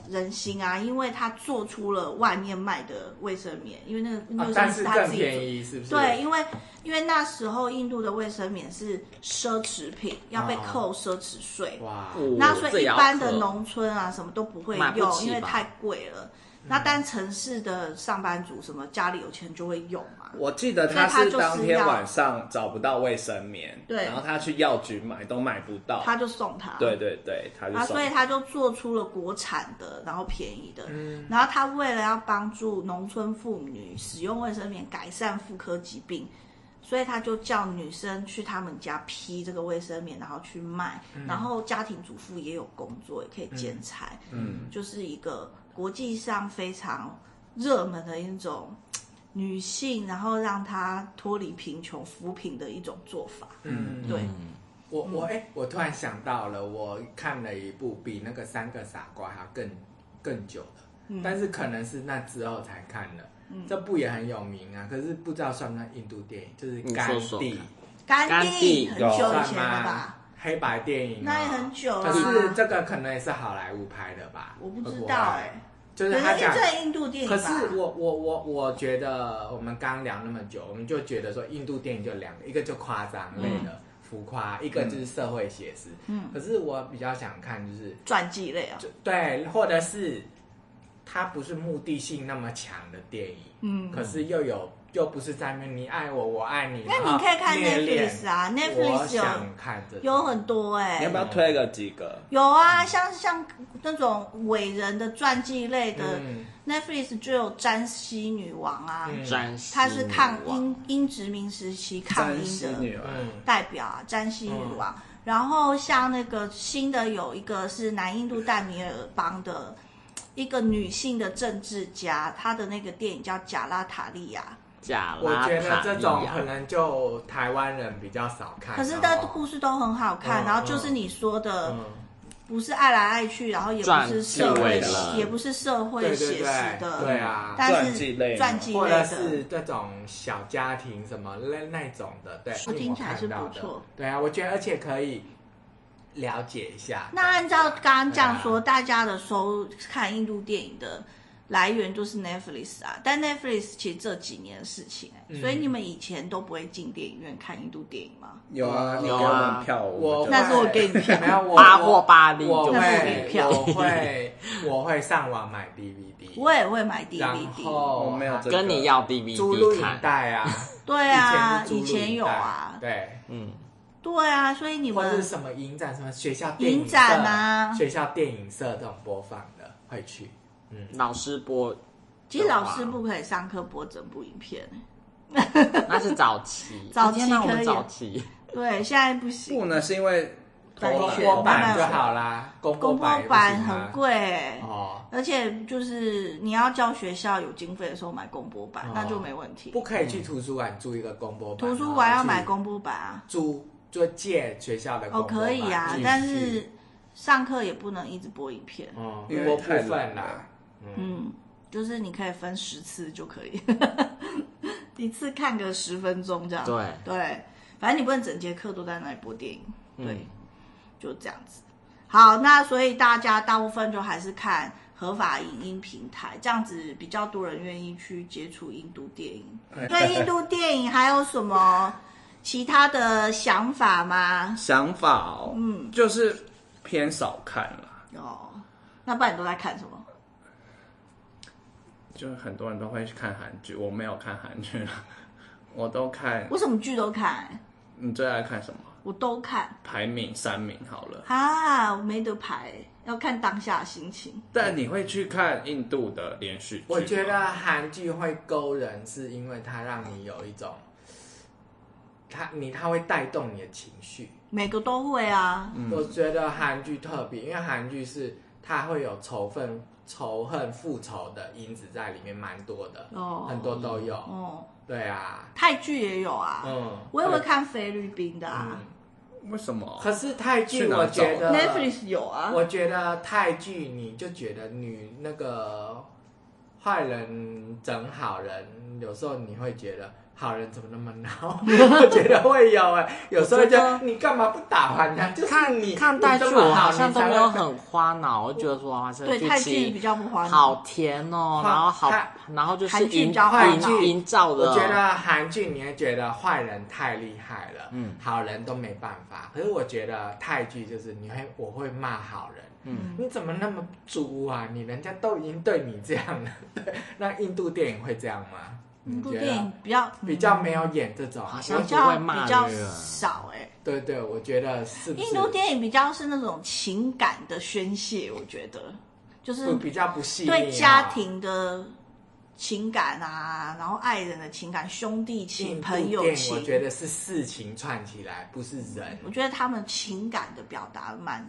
[SPEAKER 1] 人心啊，因为他做出了外面卖的卫生棉，因为那个那
[SPEAKER 2] 啊
[SPEAKER 1] 个
[SPEAKER 2] 但
[SPEAKER 1] 是
[SPEAKER 2] 是
[SPEAKER 1] 他
[SPEAKER 2] 更
[SPEAKER 1] 自己做
[SPEAKER 2] 便宜，是不是？
[SPEAKER 1] 对，，因为因为那时候印度的卫生棉是奢侈品，要被扣奢侈税。
[SPEAKER 2] 哇，
[SPEAKER 1] 那
[SPEAKER 4] 嗯
[SPEAKER 3] 哦
[SPEAKER 1] 所
[SPEAKER 3] 这
[SPEAKER 1] 以一
[SPEAKER 3] 也要
[SPEAKER 1] 般
[SPEAKER 3] 喝
[SPEAKER 1] 的农村啊，什么都不会
[SPEAKER 3] 买不
[SPEAKER 1] 用，
[SPEAKER 3] 起
[SPEAKER 1] 因为
[SPEAKER 3] 吧
[SPEAKER 1] 太贵了。
[SPEAKER 2] 嗯
[SPEAKER 1] 那但城市的上班族，什么家里有钱就会用嘛。
[SPEAKER 4] 我记得他是当天晚上找不到卫生棉，
[SPEAKER 1] 对
[SPEAKER 4] 然后他去药局买都买不到，
[SPEAKER 1] 他就送他，
[SPEAKER 4] 对对对，他就
[SPEAKER 1] 啊，
[SPEAKER 4] 送
[SPEAKER 1] 所以他就做出了国产的，然后便宜的。然后他为了要帮助农村妇女使用卫生棉改善妇科疾病，所以他就叫女生去他们家批这个卫生棉，然后去卖。然后家庭主妇也有工作，也可以兼差，
[SPEAKER 4] 嗯，
[SPEAKER 1] 就是一个国际上非常热门的一种。女性，然后让她脱离贫穷、扶贫的一种做法。
[SPEAKER 2] 嗯，
[SPEAKER 1] 对，
[SPEAKER 2] 我
[SPEAKER 1] 嗯
[SPEAKER 2] 我哎、我突然想到了，我看了一部比那个《三个傻瓜》还要更更久的，
[SPEAKER 1] 嗯
[SPEAKER 2] 但是可能是那之后才看的。这部也很有名啊，可是不知道算不算印度电影，就是
[SPEAKER 3] 你
[SPEAKER 2] 甘
[SPEAKER 3] 说说
[SPEAKER 2] 地，
[SPEAKER 1] 甘地
[SPEAKER 3] 甘地
[SPEAKER 1] 很久以
[SPEAKER 2] 算
[SPEAKER 1] 前了
[SPEAKER 2] 吗
[SPEAKER 1] 吧？？
[SPEAKER 2] 黑白电影、啊，
[SPEAKER 1] 那也很久啊
[SPEAKER 2] 可是这个可能也是好莱坞拍的吧？
[SPEAKER 1] 我不知
[SPEAKER 2] 会会
[SPEAKER 1] 道哎
[SPEAKER 2] 就
[SPEAKER 1] 可
[SPEAKER 2] 是他
[SPEAKER 1] 是
[SPEAKER 2] 讲
[SPEAKER 1] 这印度电影吧，
[SPEAKER 2] 可是我我我我觉得我们刚聊那么久，我们就觉得说印度电影就两个，一个就夸张类
[SPEAKER 1] 嗯
[SPEAKER 2] 的、浮夸，一个就是社会写实。嗯，可是我比较想看就是
[SPEAKER 1] 传记类啊，
[SPEAKER 2] 就对，或者是它不是目的性那么强的电影，
[SPEAKER 1] 嗯
[SPEAKER 2] 可是又有又不是在面你爱我，我爱你，
[SPEAKER 1] 那你
[SPEAKER 2] 然后
[SPEAKER 1] 可以看
[SPEAKER 2] 虐恋
[SPEAKER 1] Netflix 啊
[SPEAKER 2] 我
[SPEAKER 1] ，Netflix 有
[SPEAKER 2] 想看这种
[SPEAKER 1] 有很多哎、
[SPEAKER 4] 你要不要推个几个？
[SPEAKER 1] 有啊，像像那种伟人的传记类的、
[SPEAKER 2] 嗯
[SPEAKER 1] Netflix 就有《詹西女王》啊，
[SPEAKER 2] 嗯
[SPEAKER 3] 詹西，
[SPEAKER 1] 她是抗英英殖民时期抗
[SPEAKER 4] 山
[SPEAKER 1] 英
[SPEAKER 4] 西
[SPEAKER 1] 的
[SPEAKER 4] 女儿，
[SPEAKER 2] 嗯
[SPEAKER 1] 代表啊，詹西女王。然后像那个新的有一个是南印度戴米尔邦的一个女性的政治家，她的那个电影叫《贾拉塔利亚》。
[SPEAKER 3] 贾
[SPEAKER 2] 我
[SPEAKER 3] 拉
[SPEAKER 2] 觉得
[SPEAKER 3] 塔
[SPEAKER 2] 这
[SPEAKER 3] 利
[SPEAKER 2] 种可
[SPEAKER 3] 亚，
[SPEAKER 2] 能就台湾人比较少看，
[SPEAKER 1] 可是
[SPEAKER 2] 然
[SPEAKER 1] 它
[SPEAKER 2] 后
[SPEAKER 1] 故事都很好看，
[SPEAKER 2] 嗯
[SPEAKER 1] 然后就是你说的，
[SPEAKER 2] 嗯
[SPEAKER 1] 不是爱来爱去，然后也
[SPEAKER 3] 传
[SPEAKER 1] 不
[SPEAKER 3] 记
[SPEAKER 1] 是社会
[SPEAKER 4] 类的，
[SPEAKER 1] 也不是社会
[SPEAKER 2] 对对
[SPEAKER 1] 写
[SPEAKER 2] 对
[SPEAKER 1] 实的，嗯
[SPEAKER 2] 对啊
[SPEAKER 1] 但
[SPEAKER 4] 传记类
[SPEAKER 1] 是
[SPEAKER 4] 的
[SPEAKER 1] 传记
[SPEAKER 2] 或
[SPEAKER 1] 类
[SPEAKER 2] 者
[SPEAKER 1] 的，
[SPEAKER 2] 是这种小家庭什么那那种的，对，
[SPEAKER 1] 说精彩是
[SPEAKER 2] 我看到
[SPEAKER 1] 不
[SPEAKER 2] 的
[SPEAKER 1] 错。
[SPEAKER 2] 对啊，我觉得而且可以了解一下。
[SPEAKER 1] 那按照刚刚这样说，
[SPEAKER 2] 对啊
[SPEAKER 1] 大家的收看印度电影的来源就是 Netflix 啊，但 Netflix 其实这几年的事情、欸
[SPEAKER 2] 嗯
[SPEAKER 1] 所以你们以前都不会进电影院看印度电影吗？
[SPEAKER 4] 有啊，你给
[SPEAKER 2] 有
[SPEAKER 4] 我
[SPEAKER 3] 啊
[SPEAKER 4] 们票，
[SPEAKER 2] 我
[SPEAKER 4] 们就
[SPEAKER 1] 那是我给你票
[SPEAKER 2] *laughs* 没有我
[SPEAKER 3] 巴
[SPEAKER 2] 我
[SPEAKER 3] 霍巴利
[SPEAKER 2] 我
[SPEAKER 3] 就
[SPEAKER 2] 会
[SPEAKER 1] 那是我给你票
[SPEAKER 2] 我会我会上网买 DVD，
[SPEAKER 1] 我也会买
[SPEAKER 2] 然
[SPEAKER 1] DVD，
[SPEAKER 2] 后
[SPEAKER 4] 哦
[SPEAKER 2] 啊
[SPEAKER 4] 我没有这个
[SPEAKER 3] 跟你要
[SPEAKER 2] *laughs* 租录
[SPEAKER 3] DVD
[SPEAKER 2] 影
[SPEAKER 3] 看，
[SPEAKER 2] 带啊，
[SPEAKER 1] *laughs* 对啊，
[SPEAKER 2] 以
[SPEAKER 1] 以
[SPEAKER 2] 前是租录影带
[SPEAKER 1] 前有啊，
[SPEAKER 2] 对。
[SPEAKER 3] 嗯，
[SPEAKER 1] 对啊，所以你
[SPEAKER 2] 或者
[SPEAKER 1] 们
[SPEAKER 2] 是什么影展，什么学校电影
[SPEAKER 1] 影展啊
[SPEAKER 2] 社学校电影社这种播放的会去，嗯，
[SPEAKER 3] 老师播，
[SPEAKER 1] 其实老
[SPEAKER 2] 啊
[SPEAKER 1] 师不可以上课播整部影片、欸
[SPEAKER 3] 那是早期，
[SPEAKER 1] *laughs* 早期
[SPEAKER 3] 天哪我
[SPEAKER 1] 可
[SPEAKER 3] 们
[SPEAKER 1] 以
[SPEAKER 3] 早期， *laughs*
[SPEAKER 1] *laughs* 对，现在不行。
[SPEAKER 4] 不呢，是因为
[SPEAKER 1] 版
[SPEAKER 2] 公
[SPEAKER 1] 权，
[SPEAKER 2] 播
[SPEAKER 1] 慢慢
[SPEAKER 2] 版就好啦，公播
[SPEAKER 1] 公播
[SPEAKER 2] 版也不
[SPEAKER 1] 版
[SPEAKER 2] 行啊吗
[SPEAKER 1] 很贵，
[SPEAKER 2] 哦，
[SPEAKER 1] 而且就是你要叫学校有经费的时候买公播版
[SPEAKER 2] 哦，
[SPEAKER 1] 那就没问题。
[SPEAKER 2] 不啊可以去图书馆租一个公播版，
[SPEAKER 1] 图书馆要买
[SPEAKER 2] 然后
[SPEAKER 1] 公播版啊
[SPEAKER 2] 去，租就借学校的公
[SPEAKER 1] 哦
[SPEAKER 2] 播版
[SPEAKER 1] 可以啊
[SPEAKER 2] 去，
[SPEAKER 1] 但
[SPEAKER 2] 去
[SPEAKER 1] 是上课也不能一直播影片，
[SPEAKER 2] 嗯，
[SPEAKER 4] 因为
[SPEAKER 2] 播部
[SPEAKER 4] 太
[SPEAKER 2] 分
[SPEAKER 4] 懒
[SPEAKER 2] 啦
[SPEAKER 4] 了，
[SPEAKER 1] 嗯，就是你可以分十次就可以， *laughs* 一次看个十分钟这样。
[SPEAKER 3] 对
[SPEAKER 1] 对，反正你不能整节课都在那里播电影，对，
[SPEAKER 3] 嗯
[SPEAKER 1] 就这样子。好，那所以大家大部分就还是看合法影音平台，这样子比较多人愿意去接触印度电影。对印度电影还有什么其他的想法吗？
[SPEAKER 4] 想法哦，嗯，就是偏少看啦，
[SPEAKER 1] 哦，那不然你都在看什么？
[SPEAKER 4] 就是很多人都会去看韩剧，我没有看韩剧啦，我都看。
[SPEAKER 1] 我什么剧都看，
[SPEAKER 4] 你最爱看什么？
[SPEAKER 1] 我都看
[SPEAKER 4] 排名三名好了，
[SPEAKER 1] 啊，我没得排，要看当下的心情。
[SPEAKER 4] 但你会去看印度的连续剧吗？
[SPEAKER 2] 我觉得韩剧会勾人，是因为它让你有一种，它你它会带动你的情绪。
[SPEAKER 1] 每个都会啊，
[SPEAKER 4] 嗯
[SPEAKER 2] 我觉得韩剧特别，因为韩剧是它会有仇恨、仇恨、复仇的因子在里面，蛮多的，
[SPEAKER 1] 哦
[SPEAKER 2] 很多都有。
[SPEAKER 1] 哦，
[SPEAKER 2] 对啊，
[SPEAKER 1] 泰剧也有啊，
[SPEAKER 2] 嗯，
[SPEAKER 1] 我也会看菲律宾的啊、
[SPEAKER 4] 为什么？
[SPEAKER 2] 可是泰剧
[SPEAKER 4] 去哪
[SPEAKER 2] 我觉
[SPEAKER 4] 找
[SPEAKER 2] 得
[SPEAKER 1] n e t f l i x 有啊，
[SPEAKER 2] 嗯我觉得泰剧你就觉得女那个坏人整好人，有时候你会觉得好人怎么那么孬？ *laughs* 我觉得会有哎、有时候
[SPEAKER 3] 我觉
[SPEAKER 2] 就
[SPEAKER 3] 得
[SPEAKER 2] 你干嘛不打还他？就是
[SPEAKER 3] 看
[SPEAKER 2] 你
[SPEAKER 3] 看待剧，
[SPEAKER 2] 你这么
[SPEAKER 3] 我
[SPEAKER 2] 好
[SPEAKER 3] 好像
[SPEAKER 2] 你
[SPEAKER 3] 都
[SPEAKER 2] 才
[SPEAKER 3] 没有
[SPEAKER 2] 会
[SPEAKER 3] 很花脑，我就觉得说哇，这
[SPEAKER 1] 对泰剧比
[SPEAKER 3] 情
[SPEAKER 1] 较不欢
[SPEAKER 3] 好甜哦，
[SPEAKER 2] 花
[SPEAKER 3] 然后好
[SPEAKER 2] 看，
[SPEAKER 3] 然后就是
[SPEAKER 1] 韩剧
[SPEAKER 3] 营
[SPEAKER 1] 比较花脑
[SPEAKER 3] 营营造的，
[SPEAKER 2] 我觉得韩剧你会觉得坏人太厉害了，嗯，好人都没办法。可是我觉得泰剧就是你会我会骂好人，嗯，你怎么那么猪啊？你人家都已经对你这样了， *laughs* 对，那印度电影会这样吗？
[SPEAKER 1] 印度
[SPEAKER 2] 你觉得
[SPEAKER 1] 电影比较
[SPEAKER 2] 比较没有演这种，
[SPEAKER 3] 好像
[SPEAKER 1] 比
[SPEAKER 2] 我
[SPEAKER 1] 较
[SPEAKER 3] 不会骂啊
[SPEAKER 1] 比较
[SPEAKER 3] 人
[SPEAKER 1] 少哎、
[SPEAKER 2] 对对，我觉得是不是
[SPEAKER 1] 印度电影比较是那种情感的宣泄，我觉得就是
[SPEAKER 2] 不比较不细腻啊
[SPEAKER 1] 对家。庭的情感啊，然后爱人的情感、兄弟情、
[SPEAKER 2] 印度
[SPEAKER 1] 朋友
[SPEAKER 2] 电影
[SPEAKER 1] 情，
[SPEAKER 2] 我觉得是事情串起来，不是人。
[SPEAKER 1] 我觉得他们情感的表达蛮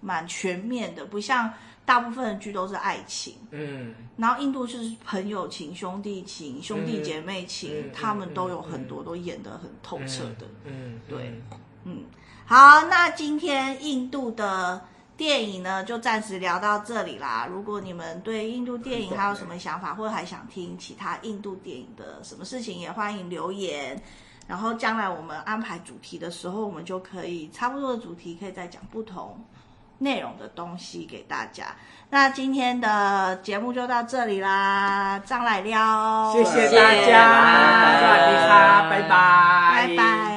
[SPEAKER 1] 蛮全面的，不像大部分的剧都是爱情。
[SPEAKER 2] 嗯，
[SPEAKER 1] 然后印度就是朋友情、兄弟情、兄弟姐妹情，
[SPEAKER 2] 嗯嗯
[SPEAKER 1] 他们都有很多、都演得很透彻的。
[SPEAKER 2] 嗯，嗯，
[SPEAKER 1] 对
[SPEAKER 2] 嗯
[SPEAKER 1] 好，那今天印度的电影呢，就暂时聊到这里啦。如果你们对印度电影还有什么想法，或者还想听其他印度电影的什么事情，也欢迎留言。然后将来我们安排主题的时候，我们就可以差不多的主题，可以再讲不同内容的东西给大家。那今天的节目就到这里啦，张来了，
[SPEAKER 2] 谢谢大家，
[SPEAKER 3] 谢谢
[SPEAKER 2] 萨瓦迪卡，拜拜，
[SPEAKER 1] 拜拜。